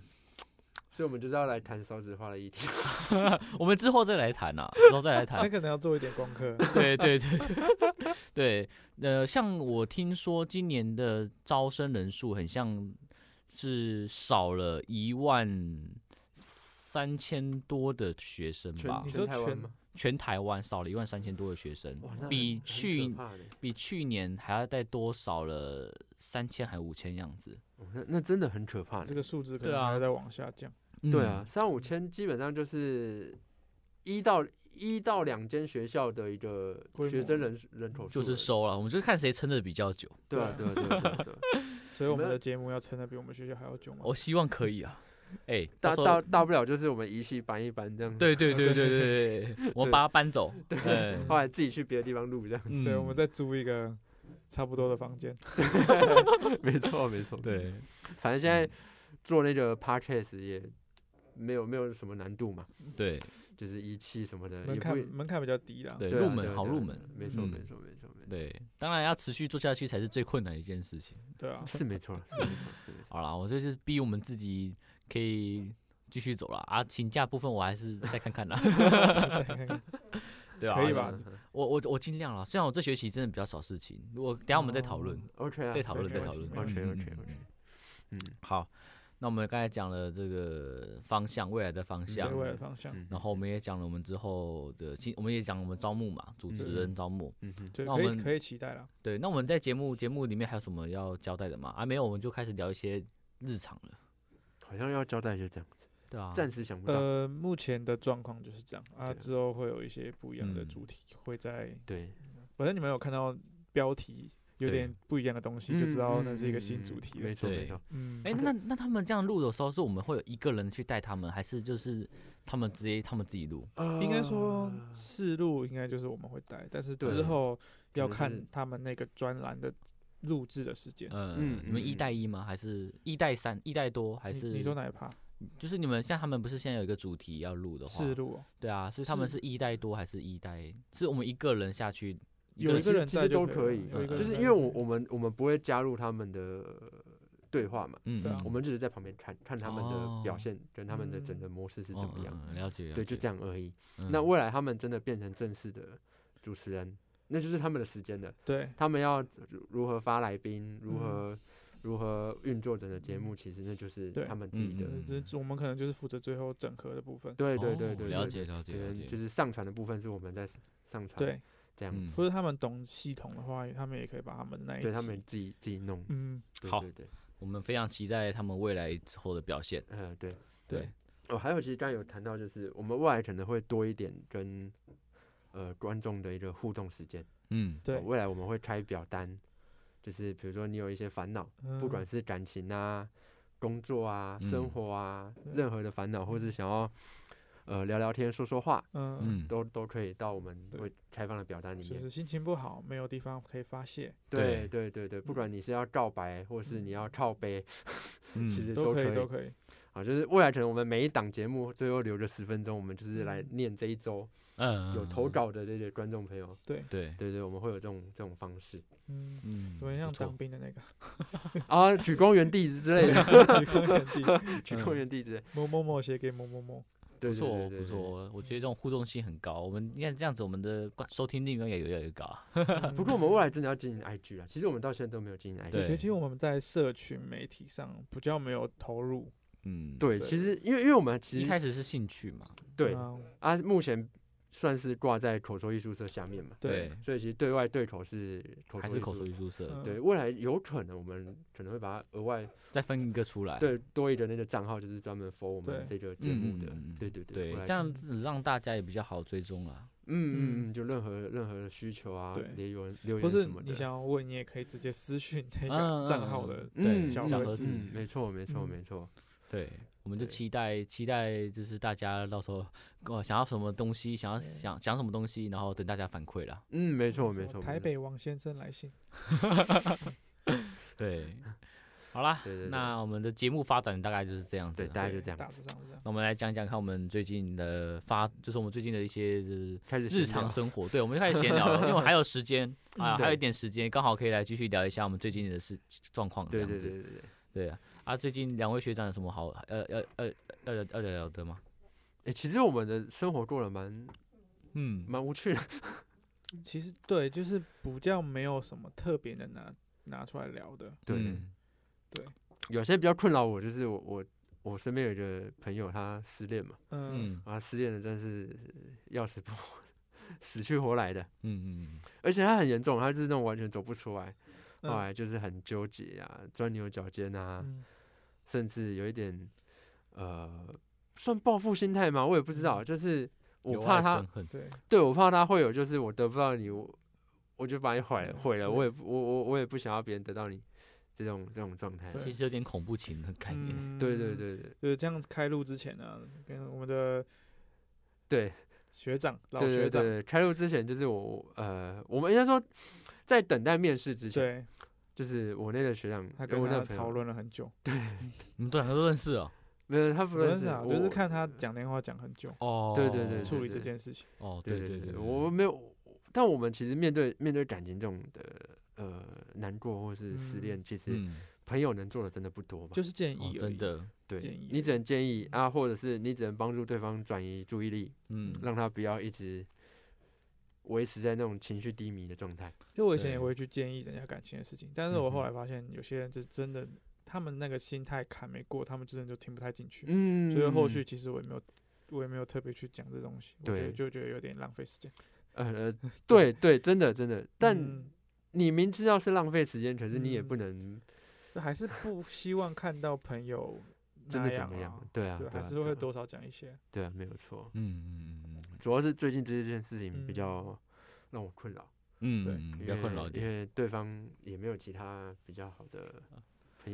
S2: 所以我们就是要来谈少子化的议题。
S1: 我们之后再来谈啊，之后再来
S4: 那
S1: 谈。
S4: 可能要做一点功
S2: (laughs)
S4: 课。
S1: 对对对对 (laughs) 对，呃，像我听说今年的招生人数很像是少了一万三千多的学生
S2: 全
S1: 吧
S4: 你，
S2: 全
S4: 说
S2: 台湾
S4: 全
S2: 吗？
S1: 全台湾少了一万三千多的学生
S2: 哇，那
S1: 比
S2: 很很可
S1: 去
S2: 怕呢
S1: 比去年还要再多少了三千还五千样子。
S2: 哦那那真的很可怕呢。
S4: 这个数字可
S1: 对
S4: 能还
S1: 啊
S4: 要再往下降。
S2: 对
S1: 嗯
S2: 啊，三五千基本上就是一到一到两间学校的一个
S4: 规
S2: 学
S4: 模
S2: 生人人口
S1: 就是
S2: 收，
S1: 收了，我们就是看谁撑的比较久。
S2: 对啊，对啊，对啊对啊，对啊
S4: 所以我们
S2: 那
S4: 的节目要撑的比我们学校还要久嘛。
S2: 哦
S1: 我希望可以啊，哎、到
S2: 大
S1: 时候
S2: 大大不了就是我们仪器搬一搬这样，，
S1: 对对对对对对对，我们把它搬走。哎对，
S2: 后来自己去别的地方录这
S4: (laughs)
S2: 样，
S1: 嗯
S4: 对，我们再租一个差不多的房间。
S2: 没错没错，，
S1: 对
S2: 反正现在做那个 podcast 也没有没有什么难度嘛，
S1: 对
S2: 就是仪器什么的
S4: 门
S2: 嗯也
S4: 槛
S2: 不
S4: 门槛比较低啦。
S1: 对，
S2: 对啊
S1: 入
S2: 对
S1: 门
S2: 啊
S1: 好
S2: 对啊
S1: 入
S2: 对
S1: 门
S2: 啊，没错
S1: 嗯
S2: 没错没错没错，
S1: 对，当然要持续做下去才是最困难的一件事情。
S2: (laughs)
S4: 对啊， (laughs)
S2: 是没错啦，是没错，是没错。
S1: 好啦，我就是逼我们自己可以继续走了啊。请假部分我还是再看看啦， (laughs) 对啊，
S4: 可以吧
S2: 嗯？嗯嗯
S1: 我我我尽量了，虽然我这学期真的比较少事情，我等一下我们再讨论。
S2: OK 啊，
S1: 再讨论
S4: 再讨论
S2: OK OK OK，嗯，
S1: 好，那我们刚才讲了这个方向，未来的方
S4: 对
S1: 向
S2: 嗯，
S4: 未来方向，
S2: 嗯
S1: 然后我们也讲了我们之后的新，我们也讲我们招募嘛，主持人招募。
S2: 嗯哼，
S4: 对，
S1: 那我
S4: 可以
S1: 们
S4: 可以期待啦。
S1: 对，那我们在节目节目里面还有什么要交代的吗？啊，没有，我们就开始聊一些日常了。
S2: 好像要交代就这样，
S1: 对啊，
S2: 暂时想不到。
S4: 呃，目前的状况就是这样啊，
S2: 对啊
S4: 之后会有一些不一样的
S1: 嗯
S4: 主题会在，
S2: 对，
S4: 反正你们有看到标题有
S1: 对
S4: 点不一样的东西，就知道那是一个新主题
S2: 没
S4: 了。
S2: 错
S1: 对
S2: 没错，
S4: 嗯，
S1: 哎、那那他们这样录的时候，是我们会有一个人去带他们，还是就是他们直接他们自己录？
S4: 应该说
S2: 呃
S4: 试录应该就是我们会带，但是
S2: 啊对
S4: 之后
S2: 可
S4: 要
S2: 能就是
S4: 看他们那个专栏的录制的时间。
S1: 呃，
S2: 嗯
S1: 你们一
S2: 嗯
S1: 带一吗？还是一带三、一带多？还
S4: 你
S1: 是
S4: 你说哪一趴？
S1: 就是你们像他们不是现在有一个主题要录的话？
S4: 试录哦，
S1: 对啊，是他们
S4: 是
S1: 是一带多还是一带？是我们一个人下去，
S4: 有一
S1: 人
S2: 其
S4: 个
S2: 实
S4: 人
S2: 其
S4: 在
S2: 实
S4: 就
S2: 都
S4: 可
S2: 可
S4: 以
S2: 以
S4: 了，有一个
S2: 就
S4: 人
S2: 是
S4: 在
S2: 因为我
S4: 可以
S2: 我们我们不会加入他们的对话嘛，
S1: 嗯，
S4: 对啊
S1: 嗯
S2: 我们只是在旁边看看他们的表现跟他们的整个模式是怎么
S1: 哦
S2: 样，
S1: 嗯嗯了解，了
S2: 对，就
S1: 解
S2: 这样而已。
S1: 嗯
S2: 那未来他们真的变成正式的主持人，那就是他们的时间了。
S4: 对
S2: 他们要如如何发来宾，如
S4: 嗯
S2: 何、如何运作整个节目，其实那就是
S4: 对
S2: 他们自己的。
S1: 嗯
S4: 只我们可能就是负责最后整合的部分。
S2: 对对
S1: 哦
S2: 对对，
S1: 了
S2: 对，
S1: 解了解
S2: 可
S1: 了
S2: 能就
S1: 解，
S2: 是上传的部分是我们在上传，，
S4: 对，
S2: 这样
S1: 嗯
S2: 子，
S4: 或者他们懂系统的话，他们也可以把他们的那一
S2: 对他
S4: 集
S2: 们自己自己弄。
S4: 嗯，
S2: 对
S1: 好
S2: 对对，
S1: 我们非常期待他们未来之后的表现。
S2: 呃对。
S1: 对
S4: 对，
S2: 哦，还有其实刚刚有谈到，就是我们未来可能会多一点跟呃观众的一个互动时间。
S1: 嗯，
S4: 对
S2: 哦，未来我们会开表单，就是比如说你有一些烦恼，不管
S4: 嗯
S2: 是感情啊、工作啊、
S1: 嗯
S2: 生活啊，
S4: 对
S2: 任何的烦恼，或是想要呃聊聊天、说说话，
S4: 嗯，
S1: 嗯，
S2: 都都可以到我们
S4: 对
S2: 会开放的表单里
S4: 就
S2: 面
S4: 是。心情不好，没有地方可以发泄，
S1: 对
S2: 对对对对，不
S4: 嗯
S2: 管你是要告白，或是你要靠背，
S1: 嗯
S2: 其实
S4: 都
S2: 可
S4: 可以，都
S2: 以。
S4: 可以。
S2: 啊，就是未来可能我们每一档节目最后留个十分钟，我们就是来
S4: 嗯
S2: 念这一周
S1: 嗯
S2: 有投，稿的这些观众朋友。
S4: 对，
S1: 对，
S2: 对对，我们会有这种这种方式
S4: 嗯，
S1: 嗯
S4: 怎么样
S1: 不错
S4: 当兵
S2: (laughs)
S4: 的那个
S2: 啊，举光原地之类的， (laughs)
S4: 举高原地，
S2: 举光原地之类。
S4: 某某某写给某某某，
S1: 嗯不
S2: 对对对
S1: 错哦
S2: 对
S1: 不
S2: 对
S1: 错，我觉得这种互动性很高。我们你看这样子，我们的观收听率应该也有越来越高啊。
S2: (laughs) 不过我们未来真的要经营 IG 啊，其实我们到现在都没有经营 IG。
S1: 对
S4: 尤其我们在社群媒体上比较没有投入，
S1: 嗯，，
S2: 对，其实因为因为我们其
S1: 一
S2: 实
S1: 开始是兴趣嘛，
S2: 对
S4: 啊
S2: 啊，目前算是挂在口说艺术社下面嘛，
S4: 对，
S2: 所以其实对外对口是口
S1: 还是口
S2: 说
S1: 说
S2: 艺术。
S1: 艺术社
S4: 嗯
S2: 对，未来有可能我们可能会把它额外
S1: 再分一个出来。
S2: 对多一个那个账号，就是专门 for 我们这个节目的
S1: 哎嗯嗯嗯嗯。
S2: 对对对，
S1: 对
S2: 未，来
S1: 这样子让大家也比较好追踪了。
S2: 嗯嗯
S4: 嗯
S2: 嗯，就任何任何需求啊
S4: 对，
S2: 留言留
S4: 或
S2: 言
S4: 是
S2: 什么的。
S4: 你想要问，你也可以直接私讯那
S1: 嗯
S4: 个账号的，
S1: 对
S2: 嗯
S4: 小
S1: 小
S4: 盒
S1: 盒
S4: 子
S1: 子，
S2: 嗯，没错没错
S4: 嗯
S2: 没错。
S1: 对，我们就
S2: 对
S1: 期待期待，就是大家到时候哦想要什么东西，想要
S4: 对
S1: 想想什么东西，然后等大家反馈啦。
S2: 嗯，没错
S4: 什
S2: 没
S4: 么
S2: 错。
S4: 台
S2: 没错
S4: 北王先生来信，
S1: 对， (laughs) 好啦
S2: 对对，对
S1: 那我们的节目发展大概就是这样子
S2: 对，
S1: 了。
S2: 大概就
S4: 对
S2: 这样
S4: 大致上是这样。
S1: 那我们来讲讲看我们最近的发，就是我们最近的一些就是
S2: 开始
S1: 日
S2: 闲聊
S1: 常生活。对，我们就开始闲聊 (laughs) 了，因为我还有时间啊，
S2: 对
S1: 还有一点时间，刚好可以来继续聊一下我们最近的事状况。这
S2: 对
S1: 样
S2: 对
S1: 子。
S2: 对对对。
S1: 对啊，啊，最近两位学长有什么好呃呃呃呃要要聊的吗？
S2: 哎，其实我们的生活过得蛮
S1: 嗯，
S2: 蛮无趣的。
S4: 其实对，就是比较没有什么特别能拿拿出来聊的，
S2: 对，
S1: 嗯
S2: 有些比较困扰我，就是我我我身边有一个朋友，他失恋嘛，
S4: 嗯，
S1: 嗯
S2: 啊，他失恋的真是要死不活，死去活来的，
S1: 嗯嗯
S2: 而且他很严重，他就是那种完全走不出来，
S4: 嗯
S2: 后来就是很纠结啊，钻牛角尖啊，
S4: 嗯
S2: 甚至有一点呃，算报复心态吗？我也不知道，
S4: 嗯
S2: 就是
S1: 嗯，
S2: 我
S1: 由
S2: 怕
S1: 爱
S2: 他
S1: 生，恨，
S4: 对，
S2: 对我怕他会有，就是我得不到你，我我就把你毁了，
S4: 嗯
S2: 毁了，
S4: 对
S2: 我也不我我我也不想要别人得到你这种这种状态。
S1: 其实有点恐怖情的概念。
S4: (laughs)
S2: 对对，对对
S4: 嗯就是这样子开录之前呢、跟我们的
S2: 对，
S4: 学长、老
S2: 对
S4: 学
S2: 对
S4: 长，
S2: 对，开录之前就是我呃，我们应该说在等待面试之前，
S4: 对
S2: 就是我那个学长，
S4: 他
S2: 呃
S4: 跟
S2: 我那
S4: 他
S2: 个朋
S4: 讨
S2: 友，
S4: 论了很久，
S1: 你们两个都认识哦？
S2: 没有他不
S4: 不认
S2: 认
S4: 识
S2: 识
S4: 啊，
S2: 我
S4: 就是看他讲电话讲很久，
S1: 哦，
S2: 对对对
S4: 处理这件事情。
S1: 哦，
S2: 对
S1: 对
S2: 对
S1: 对，
S2: 我们没有，但我们其实面对面对感情这种的呃难过或是失
S4: 嗯
S2: 恋，其实
S1: 嗯，
S2: 朋友能做的真的不多嘛。
S4: 就、是建
S1: 哦
S4: 议而已、
S1: 真的，
S2: 对
S4: 建议
S2: 你
S4: 而
S2: 只
S4: 已
S2: 能建议啊，或者是你只能帮助对方转移注意力，
S1: 嗯，
S2: 让他不要一直维持在那种情绪低迷的状态。
S4: 因为我以前也
S1: 对
S4: 会去建议人家感情的事情，但是我后
S2: 嗯哼
S4: 来发现有些人是真的，他们那个心态坎没过，他们真的就听不太进去。
S2: 嗯
S4: 所以后续其实我也没有，我也没有特别去讲这东西，我觉
S2: 对
S4: 得就觉得有点浪费时间。
S2: 呃呃，
S4: (laughs)
S2: 对对，真的真的，但
S4: 嗯
S2: 你明知道是浪费时间，可是你也不
S4: 嗯
S2: 能
S4: 就还是不希望看到朋友
S2: 真
S4: 那
S2: 的怎
S4: 样
S2: 么样
S4: 啊，？
S2: 对啊，对
S4: 对，还
S2: 啊
S4: 是会
S2: 对啊
S4: 多少讲一些。
S2: 对啊，没有错。
S1: 嗯嗯嗯
S2: 主要是最近这件事情比
S4: 嗯
S2: 较让我困扰，
S1: 嗯，
S4: 对
S1: 嗯，比
S2: 因
S1: 较
S2: 为
S1: 困扰一
S2: 因
S1: 点，
S2: 为对方也没有其他比较好的 朋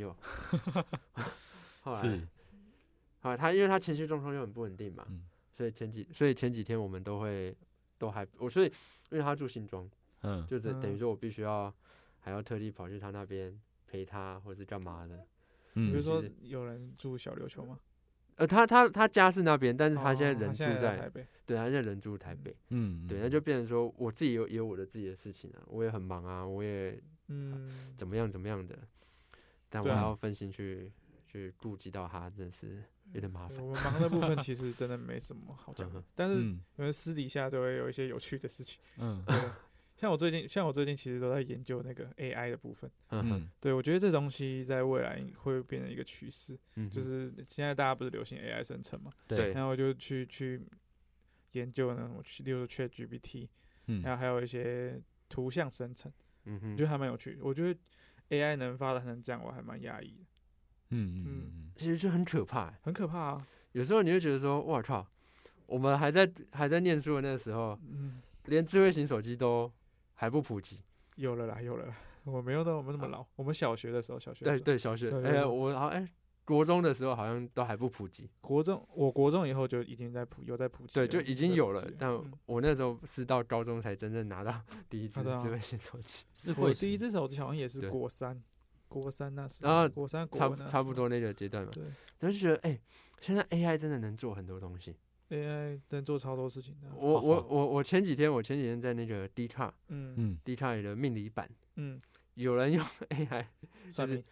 S1: (laughs)
S2: 友。后来
S1: 是，
S2: 啊，他因为他情绪状况又很不稳定嘛，
S1: 嗯
S2: 所以前几所以前几天我们都会都还我所以因为他住新庄，
S1: 嗯，
S2: 就等等于
S4: 嗯
S2: 说我必须要还要特地跑去他那边陪他或是干嘛的。
S4: 比如
S1: 嗯，
S4: 说
S2: 是
S4: 有人住小琉球吗？
S2: 呃，他他他家是那边，但是他现在
S4: 哦
S2: 人住
S4: 现在
S2: 在，啊
S4: 台北，
S2: 对，他现在人住台
S4: 嗯
S2: 北，
S1: 嗯，
S2: 对，那就变成说我自己有也有我的自己的事情啊，我也很忙啊，我也
S4: 嗯，
S2: 怎么样怎么样的，但我
S4: 对
S2: 还
S1: 啊
S2: 要分心去去顾及到他，真的是有点麻
S4: 对
S2: 烦。
S4: 我们忙的部分其实真的没什么好讲
S2: 嗯
S4: 的
S2: 哼，
S4: 但是
S1: 嗯
S4: 因为私底下都会有一些有趣的事
S2: (laughs)
S4: 情。
S1: (laughs) 嗯
S4: 对，像我最近，像我最近其实都在研究那个 AI 的部分。
S2: 嗯哼
S1: 嗯，
S4: 对，我觉得这东西在未来会变成一个趋势，
S2: 嗯哼，
S4: 就是现在大家不是流行 AI 生成嘛，
S1: 对，
S2: 对
S4: 然后我就去去研究呢，我去例如 ChatGPT，然
S1: 嗯
S4: 后还有一些图像生成，
S2: 嗯
S4: 我
S2: 哼
S4: 觉，得还蛮有趣的。我觉得 AI 能发展成这样，我还蛮压抑的，
S1: 嗯
S4: 嗯
S1: 嗯
S2: 其实就很可怕欸、
S4: 很可怕啊。
S2: 有时候你会觉得说，我靠，我们还在还在念书的那个时候，
S4: 嗯，
S2: 连智慧型手机都还不普及。
S4: 有了啦，有了啦，我没有到我们那么老，我们小学的时候，小学的
S2: 啊对
S4: 时候，
S2: 对，小学，
S4: 对对
S2: 哎、
S4: 对
S2: 我好哎、国中的时候好像都还不普及，
S4: 国中，我国中以后就已经在普有在普及
S2: 对，
S4: 了，
S2: 就已经
S4: 在
S2: 有
S4: 普
S2: 了
S4: 及。
S2: 但
S4: 嗯
S2: 我那时候是到高中才真正拿到 (laughs) 第一只
S4: 啊对啊
S2: 智慧型手机，
S1: 嗯，是
S4: 我
S1: 会
S4: 第一只手机好像也是
S2: 对
S4: 国三，国三那时
S2: 啊
S4: 候，国三国
S2: 差
S4: 文
S2: 不
S4: 那
S2: 差
S4: 时
S2: 不
S4: 候。
S2: 多那个阶段嘛。
S4: 对
S2: 然后就觉得，哎、现在 AI 真的能做很多东西。
S4: ，AI 能做超多事情的。
S2: 我
S1: 好
S2: 我
S1: 好
S2: 我我前几天我前几天在那个 D 卡
S4: 嗯
S1: 嗯
S2: D 卡里的命理版，
S4: 嗯，
S2: 有人用 (laughs) AI
S4: 算
S2: 是
S4: 命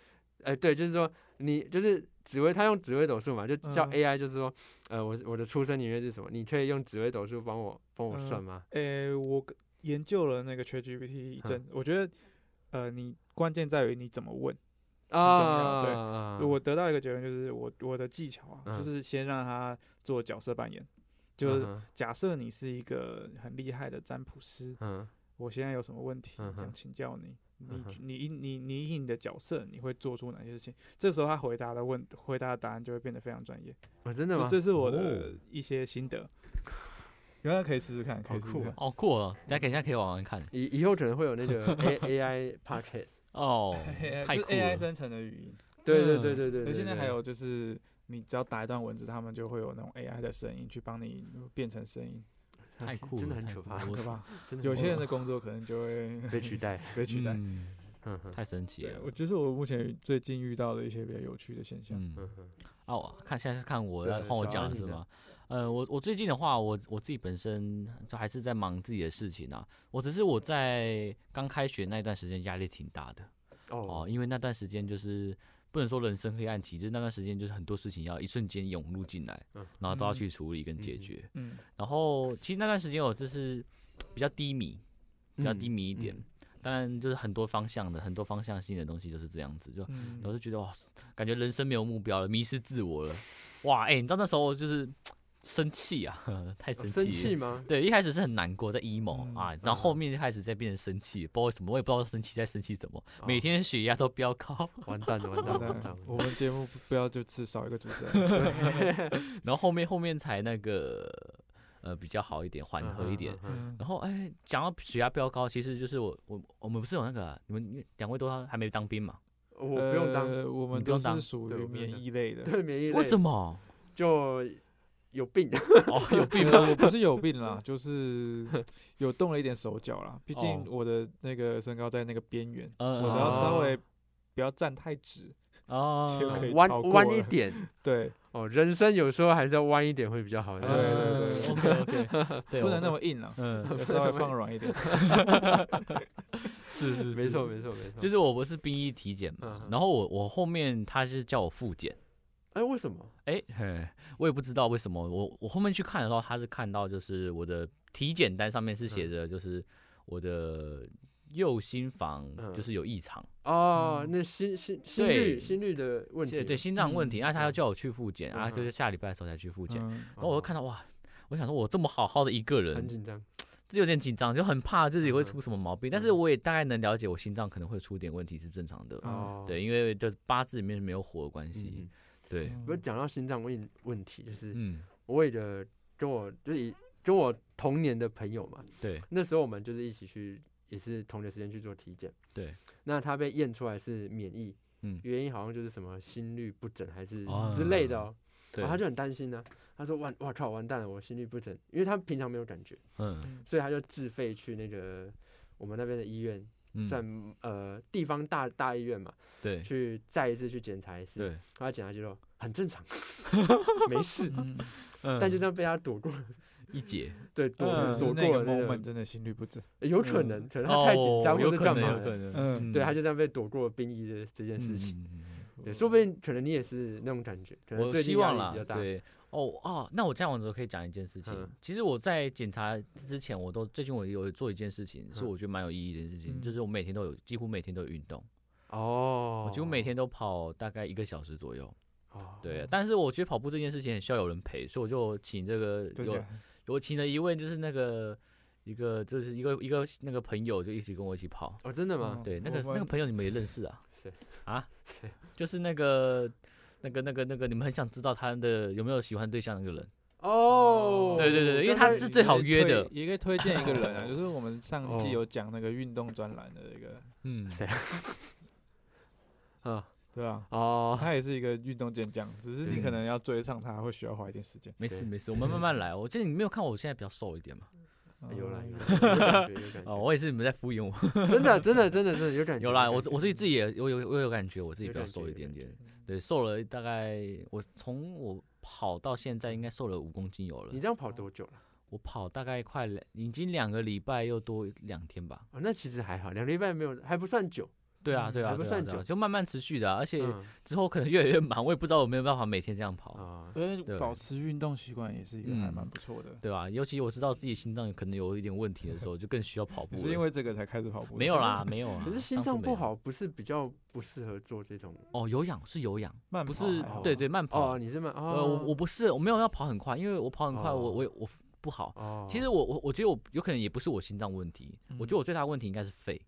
S2: 哎，对，就是说你就是紫微，他用紫微斗数嘛，就叫
S4: 嗯
S2: AI，就是说，呃，我我的出生年月是什么？你可以用紫微斗数帮我帮我算
S4: 嗯
S2: 吗？
S4: 诶，我跟研究了那个 ChatGPT 一阵，我觉得，呃，你关键在于你怎么问。重要对
S2: 啊，
S4: 我得到一个结论就是我，我的技巧啊，
S2: 嗯
S4: 就是先让他做角色扮演。就是
S2: 嗯
S4: 假设你是一个很厉害的占卜师，
S2: 嗯哼
S4: 我现在有什么问题
S2: 嗯哼
S4: 想请教你？
S2: 嗯
S4: 你
S2: 哼
S4: 你你你以你的角色，你会做出哪些事情？这个时候他回答的问回答的答案就会变得非常专业。
S2: 嗯，啊，真的
S4: 这
S2: 吗？
S4: 这是我
S1: 哦
S4: 的一些心得， (laughs) 原来可以试试看，可以试试
S2: 酷啊
S4: 看。，
S1: 哦，酷了，大家等一下可以玩玩看
S2: 以以后可能会有那个 A AI podcast，
S1: 哦 (laughs) 太
S4: 哎就
S1: 酷
S4: 是 AI
S1: 了，
S4: 生成的语音，
S2: 对对
S1: 嗯
S2: 对对对
S4: 可
S2: 对，
S4: 是现在
S2: 对
S4: 还有就是，你只要打一段文字，他们就会有那种 AI 的声音去帮你变成声音，
S2: 啊
S1: 太
S2: 真
S1: 酷
S2: 真的
S1: 了，
S2: 很
S1: 太
S2: 可
S1: 酷
S2: 怕
S1: 了，我
S4: 可怕。
S2: 真的
S4: 有
S2: 很
S4: 些
S2: 可
S4: 人的工作可能就会
S2: 怕被取代，
S4: 被取代。
S1: 嗯
S2: 嗯哼
S1: 太神奇
S4: 对，
S1: 了
S4: 我。这是我目前最近遇到的一些比较有趣的现象。
S1: 嗯，
S2: 嗯哼，
S1: 啊，我看现在是看我要
S2: 对
S1: 换我
S2: 小
S1: 讲
S2: 安
S1: 了
S2: 你
S1: 是
S2: 呢
S1: 吗？呃，我我最近的话，我我自己本身就还是在忙自己的事情啊。我只是我在刚开学那一段时间压力挺大的哦，
S2: 哦，
S1: 因为那段时间就是不能说人生黑暗期，就是那段时间就是很多事情要一瞬间涌入进来
S2: 嗯，
S1: 然后都要
S4: 嗯
S1: 去处理跟解
S2: 嗯
S1: 决。
S4: 嗯，
S1: 然后其实那段时间我就是比较低迷，比较
S2: 嗯
S1: 低迷一点
S2: 嗯。
S1: 当然就是很多方向的，很多方向性的东西就是这样子，就
S4: 嗯
S1: 我就觉得哇，感觉人生没有目标了，迷失自我了。哇，哎、你知道那时候就是生气啊， (laughs) 太生
S2: 生
S1: 气
S2: 气
S1: 了。
S2: 吗？
S1: 对，一开始是很难过，在 emo、
S4: 嗯
S1: 啊，然后后面就开始在变成生气，不知道为什么，我也不知道生气在生气什么，每
S2: 哦
S1: 天血压都飙高，
S2: 完蛋了，完蛋了，
S4: 好的
S2: 完
S4: (laughs)
S2: 蛋了，
S4: 我们节目不不要就至少一个主持人。
S1: 然后后面后面才那个呃比较好一点，缓和一点。
S2: 嗯哼。嗯哼
S4: 嗯
S1: 然后哎，讲到血压飙高，其实就是我我我们不是有那个啊、你们两位都还没当兵嘛？
S2: 嗯我不用
S4: (laughs)
S2: 当，
S4: 呃我们
S1: 你不用
S4: 都
S1: 当
S4: 是属
S2: 对
S4: 于
S2: 我不用
S4: 免
S2: 当
S4: 疫类的。
S2: 对免疫
S1: 为
S2: 类
S1: 什么？
S2: 就有病，
S1: 哦，有病
S4: 呃我不是有病啦，就是有动了一点手脚啦。毕
S1: 哦
S4: 竟我的那个身高在那个边缘，
S1: 嗯
S4: 我只要稍
S2: 哦
S4: 微不要站太直，就
S1: 哦
S4: 可以
S2: 弯
S4: 逃过
S2: 弯一
S4: 了
S2: 点
S4: (laughs) 对，
S2: 哦，人生有时候还是要弯一点会比较好。
S1: 哦
S2: 嗯
S4: 对对对
S1: ，OK OK，对，
S4: (laughs) 不
S1: 我
S4: 能那
S1: 会
S4: 么
S1: (laughs)
S4: 硬啊，
S1: 嗯，
S4: 要稍微放软一点。
S2: (laughs)
S1: 是是，
S2: 没错
S1: 是，
S2: 没错没错。
S1: 就是是我不是兵役体检
S2: 嗯
S1: 嘛
S2: 嗯，
S1: 然后我我后面他是叫我复检。
S2: 哎，为什么？
S1: 哎、嘿， (laughs) 我也不知道为什么，我我后面去看的时候，他是看到就是我的体检单上面是写着就是我的右心房
S2: 嗯
S1: 就是有异常，
S2: 哦，
S4: 嗯
S2: 那心心心
S1: 对
S2: 率心率的问
S1: 是
S2: 题，
S1: 对心脏问题，
S4: 嗯
S1: 那、他要叫我去复检，
S2: 嗯
S1: 啊，就
S2: 嗯
S1: 是下礼拜的时候才去复检，
S4: 嗯，
S1: 然后我就看到哇。我想说，我这么好好的一个
S2: 哦很
S1: 人，
S2: 紧张，
S1: 就有点紧张，就很怕自己会
S2: 嗯嗯
S1: 出什么毛病。但是
S2: 嗯
S1: 我也大概能了解，我心脏可能会出点问题是正常的，
S4: 嗯
S2: 哦，
S1: 对，因为就八字里面是没有火的关
S2: 嗯
S1: 系
S2: 嗯。
S1: 对，
S2: 不是讲到心脏问问题，就是
S1: 嗯，
S2: 我为了跟我就是以跟我同年的朋友嘛，
S1: 对，
S2: 那时候我们就是一起去，也是同一个时间去做体检。
S1: 对，
S2: 那他被验出来是免疫，
S1: 嗯
S2: 原因好像就是什么心律不整还是
S1: 哦
S2: 之类的哦，
S1: 对
S2: 然后他，就很担心呢、他说完，哇靠，完蛋了，我心律不整，因为他平常没有感觉，
S1: 嗯
S2: 所以他就自费去那个我们那边的医院，
S1: 嗯，
S2: 算呃地方大大医院嘛，
S1: 对
S2: 去再一次去检查一次，
S1: 对，
S2: 他检查结果很
S1: (laughs)
S2: 正常，没事，
S4: 嗯，
S2: 但就
S1: 嗯
S2: 这样被他躲过，
S1: 一姐，
S2: 对，躲
S4: 嗯
S2: 躲
S4: 那
S2: 过了
S4: 个
S2: 那个
S4: moment 真的心率不整。
S2: 有可能， (laughs) 可能他太紧张
S1: 哦
S2: 或
S1: 有
S2: 者
S1: 可
S2: 干
S1: 能，
S2: 嘛
S1: 有可
S2: 的，
S1: 能，嗯
S4: 嗯
S2: 对，他就这样被躲过兵役的这件事情。
S1: 情。
S4: 嗯
S2: 对，说不定可能你也是那种感觉，可能
S1: 我
S2: 最
S1: 希
S2: 近压
S1: 望
S2: 力
S1: 啦
S2: 比较，大。
S1: 对，哦哦，那我这样我就可以讲一件事情
S2: 嗯。
S1: 其实我在检查之前，我都最近我有做一件事情，是
S2: 嗯
S1: 我觉得蛮有意义的一件事情，
S4: 嗯
S1: 就是我每天都有，几乎每天都有运动，
S2: 哦，
S1: 我几乎每天都跑大概一个小时左右。
S2: 哦，
S1: 对，啊但是我觉得跑步这件事情很需要有人陪，所以我就请这个
S4: 真
S1: 有
S4: 的，啊
S1: 我请了一位就是那个一个就是一个一个那个朋友就一起跟我一起跑。
S2: 哦，真的吗
S4: 嗯？
S1: 对，那个
S4: 我
S1: 那个朋友你们也认识
S2: (laughs)
S1: 啊？
S2: 谁
S1: 啊？
S2: 谁
S1: 就是那个、那个、那个、那个，你们很想知道他的有没有喜欢对象那个人？
S2: 哦，
S1: 对对对对因为
S2: 刚
S1: 他
S2: 才
S1: 是最好约的
S4: 也可以推荐一个人
S2: (laughs)
S4: 啊，
S2: 哦
S4: 就是我们上
S2: 哦
S4: 季有讲那个运动专栏的那个，
S1: 嗯，
S2: 谁嗯
S4: 对啊，
S1: (laughs)
S2: 哦，
S4: 他也是一个运动健将，只是你
S1: 对
S4: 可能要追上他会需要花一点时间。
S1: 没
S2: 谁
S1: 事没事，我们慢慢来。哦我记得你没有看我现在比较瘦一点
S2: (laughs)
S1: 嘛？
S4: 嗯
S2: 哎有啦有啦，有感
S1: (laughs)
S2: 觉有感
S1: 哦，
S2: 觉，
S1: 我也是你们在敷衍我。
S2: 真的真的真的真的有感觉。
S1: 有啦，我
S2: 有
S1: 自
S2: 感
S1: 我自己
S2: 觉
S1: 自己也有有我有感觉，我自己
S2: 有
S1: 比较
S2: 感觉
S1: 瘦一
S2: 有
S1: 点
S2: 感
S1: 点
S2: 觉。
S1: 对，瘦了大概我从我跑到现在应该瘦了五公斤有了
S2: 你。这样跑多久了？
S1: 我跑大概快两，已经两个礼拜又多两天吧。
S2: 哦，那其实还好，两个礼拜没有，还不算久。
S1: 对啊
S4: 嗯
S1: 对啊
S2: 还不
S1: 对啊
S2: 算
S1: 对啊，
S2: 久
S1: 就慢慢持续的啊，而且
S2: 嗯
S1: 之后可能越来越忙，我也不知道有没有办法每天这样跑。
S2: 啊，
S4: 所以
S1: 对
S4: 保持运动习惯也是一个还
S1: 嗯
S4: 蛮不错的。
S1: 对吧、尤其我知道自己心脏可能有一点问题的时候，就更需要跑步
S2: (laughs)
S4: 你
S1: 了。
S4: 是因为这个才开始跑步？
S1: 没有，啦，没有啊。
S2: 可是心
S1: 当初
S2: 脏
S1: 没
S2: 不
S1: 有
S2: 好，不是比较不适合做这种
S1: 哦，有氧是有氧，
S4: 慢
S1: 不
S4: 跑
S1: 是
S4: 还好啊
S1: 对
S4: 吧
S1: 对慢跑。
S2: 哦，你是吗？
S1: 呃，我我
S2: 哦
S1: 不是我没有要跑很快，因为我跑很快，我
S2: 哦
S1: 我我不好。
S2: 哦，嗯
S1: 其实我我我觉得我有可能也不是我心脏问题，我觉得我最大的问题应该是肺。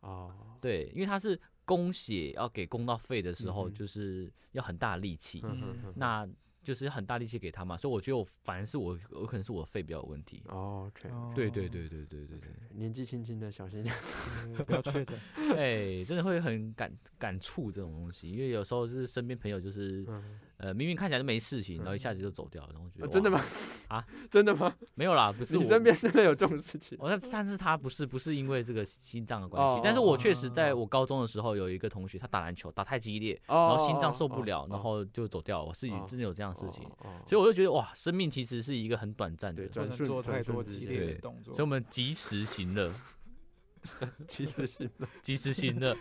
S2: 哦，
S1: 对，因为它是供血要给供到肺的时候，
S2: 嗯哼
S1: 就是要很大力气，
S2: 嗯嗯嗯
S1: 那就是很大力气给他嘛，所以我觉得我反而是我有可能是我的肺比较有问题。
S2: 哦，OK，
S1: 对对，对对对对对，
S2: 年纪轻轻的小心点。
S4: 哦不要确诊。
S1: 哎、真的会很感感触这种东西，因为有时候就是身边朋友就是
S2: 嗯，
S1: 呃明明看起来就没事情，然后一
S2: 嗯
S1: 下子就走掉了，然后觉得、
S2: 啊真的吗？
S1: 啊，
S2: (laughs) 真的吗？
S1: 哇？没
S2: (laughs)
S1: 有啦，不是
S2: 你
S1: 我
S2: 身边真的有这种事情？
S1: 我但但是他不是不是因为这个心脏的关系，
S2: 哦
S1: 但是我确实在
S4: 哦
S1: 我高中的时候有一个同学，他打篮球打太激烈，
S2: 哦，
S1: (laughs) 然后心脏受不
S2: 哦
S1: 了，然后就走掉了。我自己
S2: 哦
S1: 真的有这样的事情，，
S2: 哦哦
S1: 所以我就觉得哇，生命其实是一个很短暂的
S2: 对，
S1: 所
S2: 转
S4: 不能
S2: 瞬
S4: 做
S2: 转
S4: 太
S2: 瞬
S4: 多
S2: 之
S4: 激
S2: 间
S4: 烈
S1: 对
S4: 的动作
S1: 以。我们及时行乐，
S2: (laughs) 其实是
S1: 及时行
S2: (laughs)
S1: 乐，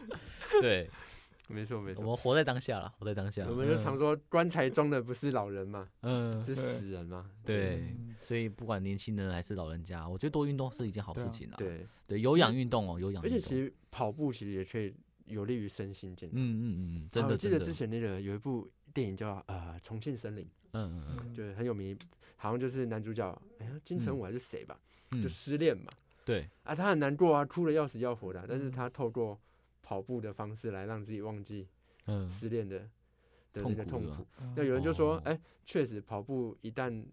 S1: 对，
S2: 没错没
S1: 我
S2: 错。
S1: 们活在当下了，活在当下。
S2: 我们就
S1: 嗯
S2: 常说，棺材装的不是老人嘛，
S1: 嗯，
S2: 是
S4: 对
S2: 死人嘛。
S1: 对
S4: 嗯，
S1: 所以不管年轻人还是老人家，我觉得多运动是一件好
S4: 对
S1: 事
S4: 啊
S1: 情 (laughs) 啊。
S2: 对，
S1: 对，有氧运动哦，有氧
S2: 而
S1: 运动。
S2: 且其实跑步其实也可以有利于身心健康。啊
S1: 嗯嗯嗯，真
S2: 我
S1: 的
S2: 记
S1: 真
S2: 得
S1: 的，
S2: 之前那个有一部电影叫呃《重庆森林》，
S1: 嗯嗯
S4: 嗯
S2: 就是很有名，好像就是男主角哎呀金城
S1: 嗯
S2: 武还是谁吧，
S1: 嗯
S2: 就
S1: 嗯，
S2: 失恋嘛。
S1: 对，
S2: 啊，他很难过啊，哭的要死要活的啊、但是
S4: 嗯
S2: 他透过跑步的方式来让自己忘记
S1: 嗯，
S2: 失恋的的那个
S1: 痛苦
S2: 痛
S1: 的
S2: 苦。
S4: 嗯
S2: 那有人就说
S1: 哦，
S2: 哎、确实跑步一旦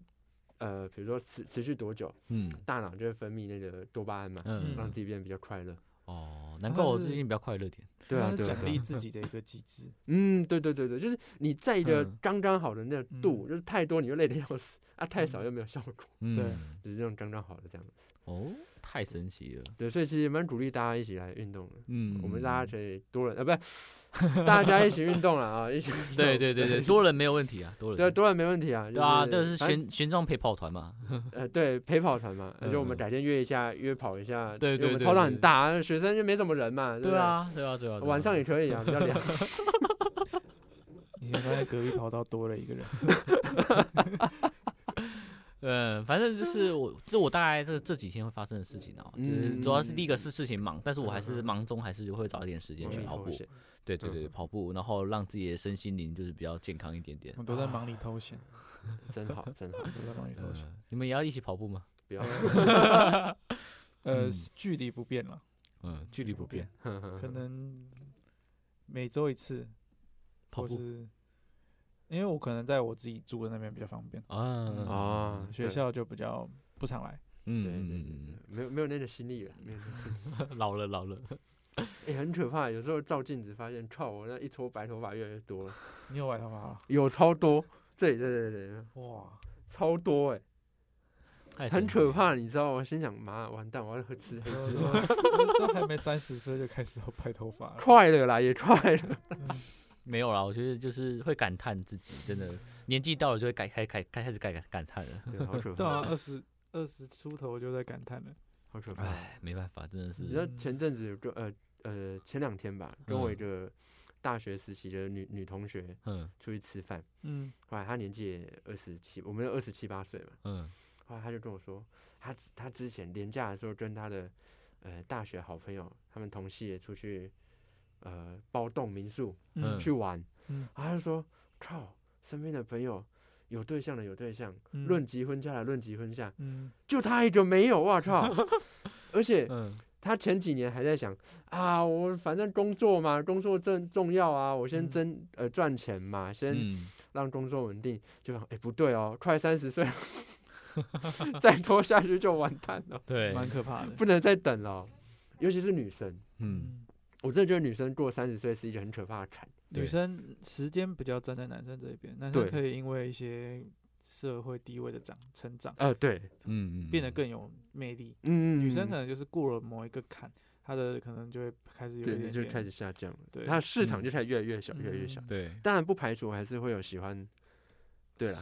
S2: 呃，比如说持持续多久，
S1: 嗯
S2: 大脑就会分泌那个多巴胺嘛，
S1: 嗯，
S2: 让
S1: 嗯
S2: 自己变得比较快乐。
S1: 哦，难
S4: 它
S1: 怪我
S4: 是
S1: 最近比较快乐点。
S2: 对啊
S4: 它，是
S2: 对啊，
S4: 奖
S2: 对
S4: 励
S2: 啊
S4: 自己的一个机制。
S2: 嗯，对对对对，就是你在意的
S1: 嗯
S2: 刚刚好的那个度，
S4: 嗯
S2: 就是太多你就累得要死啊，太少
S4: 嗯
S2: 又没有效果，
S1: 嗯，
S2: 就是这种刚刚好的这样子。
S1: 哦，太神奇了。
S2: 对，所以其实蛮鼓励大家一起来运动的。
S1: 嗯，
S2: 我们大家可以多人啊，不是大家一起运动了啊，一起运
S1: (laughs)
S2: 动
S1: 对对对对，多人没有问题啊，多
S2: 对
S1: 人
S2: 多人没问题啊，
S1: 对啊，这
S2: 就是反正
S1: 玄玄奘陪跑团嘛，
S2: 呃对陪跑团嘛，
S1: 嗯
S2: 就我们改天约一下约跑一下，
S1: 对
S2: 因为我
S1: 对
S2: 们
S1: 对
S2: 操场
S1: 对
S2: 很大啊，学生就没什么人嘛，
S1: 对
S2: 不
S1: 啊对啊对啊，对啊
S2: 对，晚上也可以啊，比较凉。
S4: 你会发现隔壁跑道多了一个人，
S1: 嗯，反正就是我，这我大概这这几天会发生的事情
S2: 嗯
S1: 哦，就是主要是第一个是事情忙，但是我还是忙中还是会找一点时间去
S2: 嗯
S1: 跑
S2: 妥
S1: 步
S2: 协，
S1: 对对对，跑步，然后让自己的身心灵就是比较健康一点点
S4: (laughs) 我。们都在忙里偷闲，
S2: 真好真好，
S4: 都在忙里偷闲。
S2: 嗯
S1: 呃你们也要一起跑步吗？
S2: 不要。
S4: (laughs) 呃，呃
S1: 嗯
S4: 距离不变了，
S1: 嗯，距离不变，
S2: (laughs)
S4: 可能每周一次，
S1: 跑
S4: 或
S1: 步
S4: 是因为我可能在我自己住的那边比较方便，
S1: 啊啊，
S2: 啊，
S4: 学
S2: 对
S4: 校就比较不常来。
S1: 嗯
S2: 对对对
S1: 嗯
S2: 对，没有没有那个心力了，没有那个心力
S1: 嗯嗯， (laughs) 老了老了，
S2: 哎、很可怕。有时候照镜子发现，靠，我那一撮白头发越来越多了，
S4: 你有白头发了？
S2: 有超多，对对对对，
S4: 哇，
S2: 超多哎、
S1: 太神
S2: 很
S1: 奇
S2: 可
S1: 了。
S2: 怕，你知道吗？心想，妈，完蛋，我要喝吃黑，
S4: 都都都还没三十岁就开始要 (laughs) 白头发了，
S2: 快了啦，也
S1: (laughs)
S2: 快了，
S1: 没有啦，我觉得就是会感叹自己，真的年纪到了就会改开开开开始改感叹了。
S2: 对，好可
S4: 对
S2: 怕，
S4: 啊，二十二十出头就在感叹了。
S2: 好可怕。
S1: 唉，没办法，
S4: 嗯
S1: 真的
S2: 你
S1: 是
S2: 知道前阵子有个呃呃前两天吧，跟我
S1: 嗯
S2: 一个大学实习的女女同学
S1: 嗯
S2: 出去吃饭，
S4: 嗯，
S2: 后来她年纪也二十七，我们二十七八岁嘛，
S1: 嗯
S2: 后来他就跟我说，他他之前年假的时候跟他的呃大学好朋友，他们同系也出去呃包栋民宿
S1: 嗯
S2: 去玩，
S4: 嗯
S2: 然后他就说靠，身边的朋友有对象的有对象，
S4: 嗯
S2: 论及婚嫁的论及婚嫁，
S4: 嗯，
S2: 就他一个没有，哇靠！ (laughs) 而且
S1: 嗯
S2: 他前几年还在想啊，我反正工作嘛，工作正重要啊，我先
S4: 嗯
S2: 挣、呃赚钱嘛，先
S1: 嗯，
S2: 让工作稳定，就想哎、不对哦，快三十岁了， (laughs) 再拖下去就完蛋了，
S1: 对，
S4: 蛮可怕的。
S2: 不能再等了哦、尤其是女生，
S1: 嗯，
S4: 嗯，
S2: 我真的觉得女生过三十岁是一个很可怕的坎。
S1: 对
S4: 女生时间比较站在男生这一边，男生
S2: 对
S4: 可以因为一些社会地位的长成长，
S2: 呃，对，
S1: 嗯，嗯
S4: 变得
S1: 嗯
S4: 更有魅力。
S2: 嗯，
S4: 女生可能就是过了某一个坎，她的可能就会开始有一
S2: 嗯对
S4: 点
S2: 就开
S4: 点
S2: 始下降了，
S4: 对
S2: 她的市场
S1: 嗯
S2: 就开始越来越小，越来越小。
S4: 嗯
S1: 对，
S2: 当然不排除还是会有喜欢，对啦，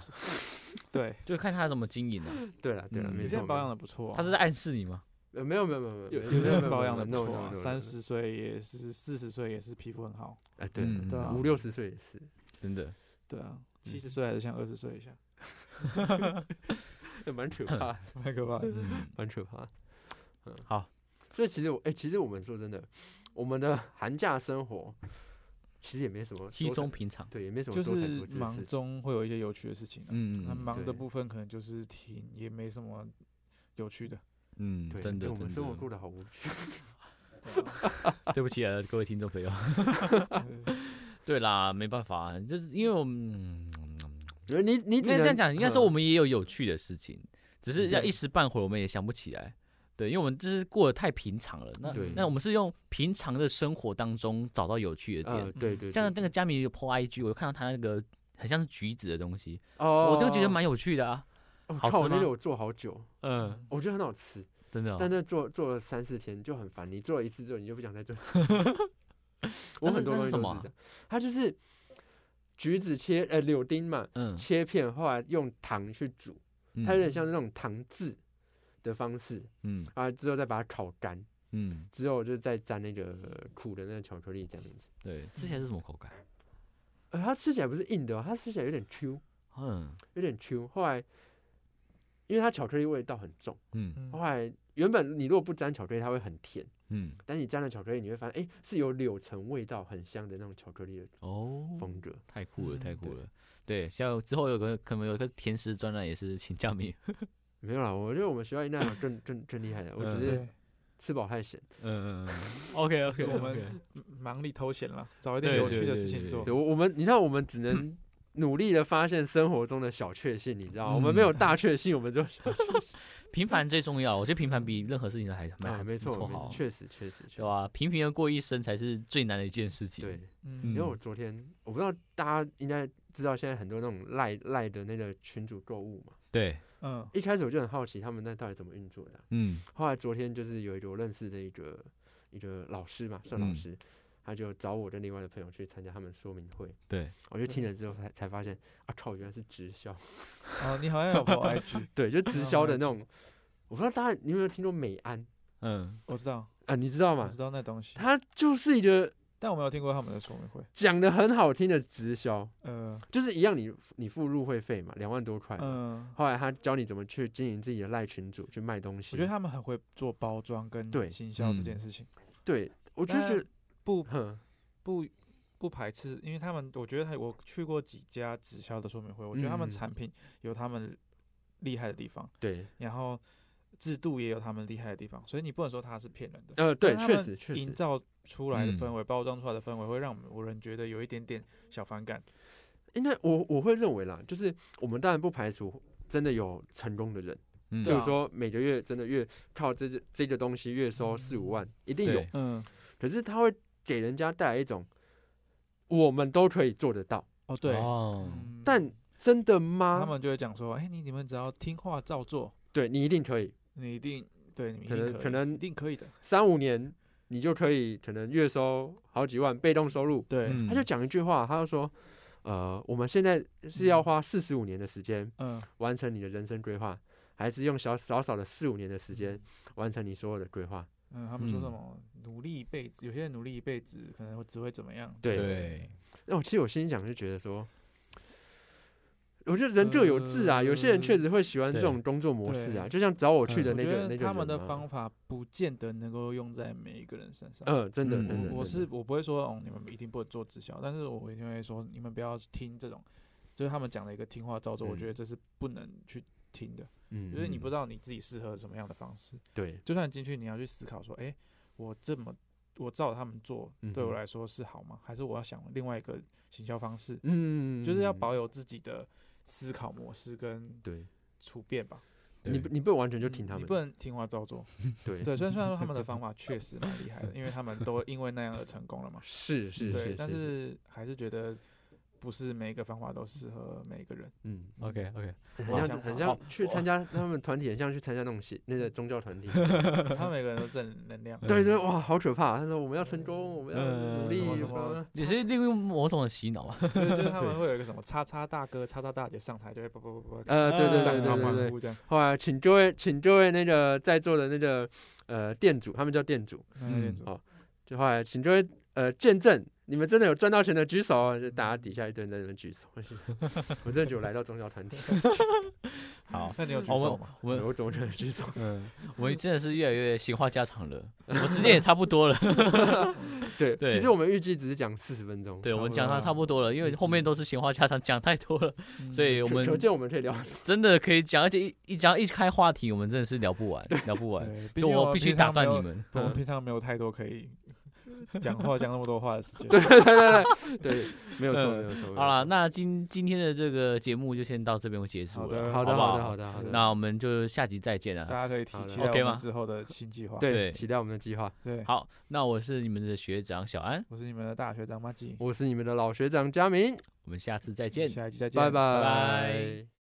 S4: 对，
S1: 就看他怎么经营了。
S2: 对啦，对啦，
S1: 嗯
S2: 没
S4: 你
S1: 有
S4: 现
S2: 错
S4: 在，保养的不错啊，
S1: 他是在暗示你吗？
S2: 呃没有没有没有没有
S4: 有
S2: 没
S4: 有些
S2: 没
S4: 人
S2: 没
S4: 保
S2: 没
S4: 养的不
S2: no，
S4: 错
S2: no，
S4: 啊，
S2: no，no，
S4: 三
S2: no
S4: 十岁也是，四十岁也是皮肤很好，
S2: 哎对
S1: 嗯
S4: 对啊
S2: 五六十岁也是， (laughs)
S1: 真的，
S4: 对啊，
S2: 嗯
S4: 七十岁还是像二十岁一样，
S2: 这蛮可怕的，
S4: 蛮可怕的。
S1: 嗯，
S2: 蛮可怕的。
S1: 好，
S2: 所以其实我哎、其实我们说真的，我们的寒假生活其实也没什么
S1: 稀
S2: 多
S1: 松
S2: 彩，
S1: 平常。
S2: 对，也没什么
S4: 就
S2: 多彩
S4: 是
S2: 多姿的
S4: 忙
S2: 事情。
S4: 中会有一些有趣的事情啊，
S1: 嗯
S4: 那
S1: 嗯
S4: 忙
S2: 对
S4: 的部分可能就是挺也没什么有趣的。
S1: 嗯，
S2: 对，
S1: 嗯真的
S2: 哎我们
S1: 真
S2: 生活过
S1: 的。
S2: 得好无趣。 (laughs)
S4: 对啊
S1: (laughs) 对不起啊，各位听众朋友。 (laughs)
S4: 对
S1: 对啦，没办法，啊就是因为我们嗯
S2: 你你
S1: 应
S2: 只
S1: 该这
S2: 能
S1: 样讲，应该说我
S2: 嗯
S1: 们也有有趣的事情，只是要
S4: 对
S1: 一时半会儿我们也想不起来。对，因为我们就是过得太平常了。那
S2: 对
S1: 那我们是用平常的生活当中找到有趣的点
S2: 呃，。对对，
S1: 像
S2: 对
S1: 那个佳明有 PO IG，我看到他那个很像是橘子的东西，
S2: 哦，
S1: 我就觉得蛮有趣的啊。
S2: 哦
S1: 好
S2: 靠
S1: 吃
S2: 那
S1: 吗
S2: 个我做好久，
S1: 嗯，
S2: 我觉得很好吃，
S1: 真的、哦。
S2: 但那做做了三四天就很烦。你做了一次之后，你就不想再做。
S1: (laughs)
S2: 我
S1: 那是
S2: 很多
S1: 那
S2: 东
S1: 是
S2: 西
S1: 什
S2: 都
S1: 么
S2: 是
S1: 啊
S2: 这样，它就是橘子切呃柳丁嘛，
S1: 嗯，
S2: 切片，后来用糖去煮，它有点像那种糖渍的方式，
S1: 嗯
S2: 啊，之后再把它烤干，
S1: 嗯，
S2: 之后就再沾那个苦的那个巧克力这样子。
S1: 对，之前是什么口感？
S2: 呃，它吃起来不是硬的、哦，它吃起来有点 Q，
S1: 嗯
S2: 有点 Q。后来，因为它巧克力味道很重，
S1: 嗯
S4: 嗯
S2: 后来原本你如果不沾巧克力，它会很甜，
S1: 嗯，
S2: 但你沾了巧克力，你会发现，哎、是有柳橙味道很香的那种巧克力的
S1: 哦，
S2: 风格。
S1: 太酷了，
S4: 嗯
S1: 太酷了。对，像之后有个可能有一个甜食专栏也是请佳明。
S2: 没有啦，我觉得我们学校应该有更更更厉害的，我
S1: 嗯
S2: 只是
S4: 对，
S2: 吃饱太闲。
S1: 嗯嗯，OK (laughs) OK，
S4: 我们忙里偷闲了，找一点
S1: 对
S4: 有
S1: 对
S4: 趣的
S1: 对
S4: 事情
S1: 对
S4: 做
S2: 对，。我我们你看，我们只能努力的发现生活中的小确幸，你知道吗，我们没有大确幸，我们就
S1: 平凡最重要，我觉得平凡比任何事情都还蛮
S2: 啊，
S1: 还
S2: 没
S1: 不
S2: 错，没
S1: 好
S2: 错，，确实确实，确
S1: 对吧？平平的过一生才是最难的一件事
S2: 实
S1: 情。
S2: 对，因
S4: 嗯
S2: 为
S1: 嗯
S2: 我昨天我不知道大家应该知道，现在很多那种赖赖的那个群主购物嘛，
S1: 对，
S4: 嗯
S2: 一开始我就很好奇他们那到底怎么运作的啊。
S1: 嗯
S2: 后来昨天就是有一个我认识的一个一个老师嘛，算老
S1: 嗯
S2: 师，他他就找我跟另外的朋友去参加他们说明会，
S1: 对，
S2: 我就听了之后才才发现，啊靠，原来是直销， (laughs)
S4: 哦，你好像有跑 IG，
S2: 对，就直
S4: 啊
S2: 销的
S4: 了
S2: 那
S4: 解
S2: 种，我不知道大家你有没有听过美安
S1: 嗯，
S4: 我知道，
S2: 啊，你知道
S4: 我
S2: 吗
S4: 知？道那东西，
S2: 它就是一个
S4: 但我没有听过他们的说明会。
S2: 讲的很好听的直销，
S4: 呃，
S2: 就是一样你你付入会费嘛，两万多块嘛，
S4: 嗯，
S2: 后来他教你怎么去经营自己的赖群组，去卖东西。
S4: 我觉得他们很会做包装跟
S2: 对
S4: 行销这件
S1: 嗯
S4: 事情，
S2: 对，我就觉
S4: 那
S2: 得，
S4: 不
S2: 哼，
S4: 不不排斥，因为他们，我觉得他我去过几家直销的说明会，我觉得他们
S2: 嗯
S4: 产品有他们厉害的地方，
S2: 对，
S4: 然后制度也有他们厉害的地方，所以你不能说它是骗人的。
S2: 呃，
S4: 但
S2: 对，
S4: 他
S2: 确
S4: 们
S2: 实确
S4: 营
S2: 实，
S4: 造出来的氛
S1: 嗯
S4: 围，包装出来的氛围，会让我们我人觉得有一点点小反感。
S2: 应该我我会认为啦，就是我们当然不排除真的有成功的人，
S1: 嗯
S2: 比
S4: 对
S2: 如
S4: 啊
S2: 说每个月真的月靠这个这个东西月收四五万，一定有
S1: 对，
S4: 嗯，
S2: 可是他会给人家带来一种我们都可以做得到，
S4: 哦对，
S1: 哦，
S4: 嗯
S2: 但真的
S4: 他
S2: 吗？
S4: 们就会讲说，哎、你你们只要听话照做，
S2: 对你一定可以，
S4: 你一定对，你们一
S2: 可能
S4: 定可以
S2: 可能
S4: 一定可以的，
S2: 三五年你就可以，可能月收好几万被动收入，
S4: 对，
S1: 嗯
S4: 嗯
S2: 他就讲一句话，他就说，呃，我们现在是要
S4: 嗯
S2: 花四十五年的时间
S4: 嗯
S2: 完成你的人生规划，还是用小少少的四五年的时
S4: 嗯
S2: 间完成你所有的规划？
S4: 他们说什
S1: 嗯
S4: 么、努力一辈子，有些人努力一辈子，可能会只会怎么样，
S2: 对
S1: 对，
S2: 那我其实我心想就觉得说，我觉得人各有志啊，有些
S4: 嗯
S2: 人确实会喜欢这
S1: 对
S2: 种工作模式啊，
S4: 对嗯
S2: 就像找我去的
S4: 我
S2: 那
S4: 觉
S2: 个那
S4: 得
S2: 个
S4: 他们
S2: 人
S4: 的
S2: 啊
S4: 方法不见得能够用在每一个人身上。
S2: 嗯，真的
S1: 嗯
S2: 真的，真的
S4: 我我是我不会说哦，你们一定不能做直销，但是我一定会说你们不要听这种，就是他们讲的一个听话照做，我
S2: 嗯
S4: 觉得这是不能去听的，
S2: 嗯，
S4: 就是你
S2: 嗯
S4: 不知道你自己适合什么样的方式。
S2: 对，
S4: 就算你进去，你要去思考说，哎、我这么我照他们做，对
S2: 嗯
S4: 我
S2: 哼
S4: 来说是好吗？还是我要想另外一个行销方式？
S2: 嗯，
S4: 就是要保有自己的思考模式跟
S2: 对，
S4: 处变吧。
S2: 你不你不能完全就听
S4: 嗯
S2: 他
S4: 你
S2: 们
S4: 不
S2: 的，
S4: 能听话照做。
S2: 对，
S4: 对，虽然虽然说他们
S2: (laughs)
S4: 的方法确实蛮厉害的，因为他们都因为那样而成功了嘛。
S2: 是是
S4: 对，
S2: 是，
S4: 但是还是觉得不是每一个方法都适合每一个人。
S2: 嗯。
S1: OK OK，
S4: 哇
S2: 很像
S4: 想
S2: 很
S4: 法
S2: 像
S4: 哦
S2: 去
S4: 哇
S2: 参加他们团体，很像去参加那种邪那个宗教
S4: (laughs)
S2: 团体。
S4: 他们每个人都正能量。
S2: 对对，哇，好可怕！他说我们要成功，我们要
S1: 嗯
S2: 努力
S1: 什么
S4: 什么
S1: 也是利用某种的洗脑
S2: (laughs)
S1: 啊，
S4: 就是就是他
S2: 对
S4: 们会有一个什么叉叉大哥、叉叉大姐上台就会啵啵啵啵，
S2: 呃对对
S4: 掌
S2: 对
S4: 声
S2: 对
S4: 欢
S2: 对
S4: 呼这样，
S2: 后来请各位请各位那个在座的那个呃店主，他们叫店主，
S4: 嗯有点
S1: 嗯
S2: 哦就后来请各位呃见证你们真的有赚到钱的举手哦，就大家底下一堆人在那边举手。我就我真的觉得我来到宗教团体，
S1: 好，
S4: 那你有举
S1: 好
S4: 手
S1: 哦我
S4: 吗？
S1: 我们
S2: 我怎么可能举手？
S1: 嗯，我们真的是越来越闲话家常
S2: (laughs)
S1: 了，我时间也差不多了，
S2: 对，其
S1: 对
S2: 实我们预计只是讲四十分钟，
S1: 对，我们
S4: 差不多
S1: 讲它
S4: 了
S1: 差不多了，因
S2: 嗯
S1: 为后面都是闲话家常，讲太多了，所以我
S2: 可
S1: 们
S2: 可见我们可以聊。
S1: 真的可以讲，而且一一讲一开话题，我们真的是聊不完，聊不
S2: (laughs)
S1: 完， (laughs)
S4: 对，毕
S1: 所以
S4: 竟
S1: 我必须
S4: 平
S1: 打
S4: 常
S1: 断
S4: 没
S1: 你
S4: 有。
S1: 们。
S4: 我们
S2: 嗯
S4: 平常没有太多可
S2: (laughs)
S4: 以讲话讲那么多话的时间。
S2: 对对对对对，没有错
S1: 嗯
S2: 没有错。没有错
S1: 好了，，那今今天的这个节目就先到这边结束
S4: 好
S1: 了，
S4: 的
S2: 好的
S1: 不
S2: 好的好的好的，
S1: 那我们就下集再见啊
S4: 大
S1: 了。
S4: 家可以提
S2: 好的
S4: 期待
S1: OK
S4: 我
S1: 吗
S4: 们之后的新计划。
S2: 对，
S1: 对
S2: 期待我们的计划。
S4: 对，
S1: 好，那我是你们的学长小安，
S4: 我是你们的大学长马吉，
S2: 我是你们的老学长佳明，
S1: 我们下次再见。
S4: 下一集再见，
S2: 拜拜。
S1: 拜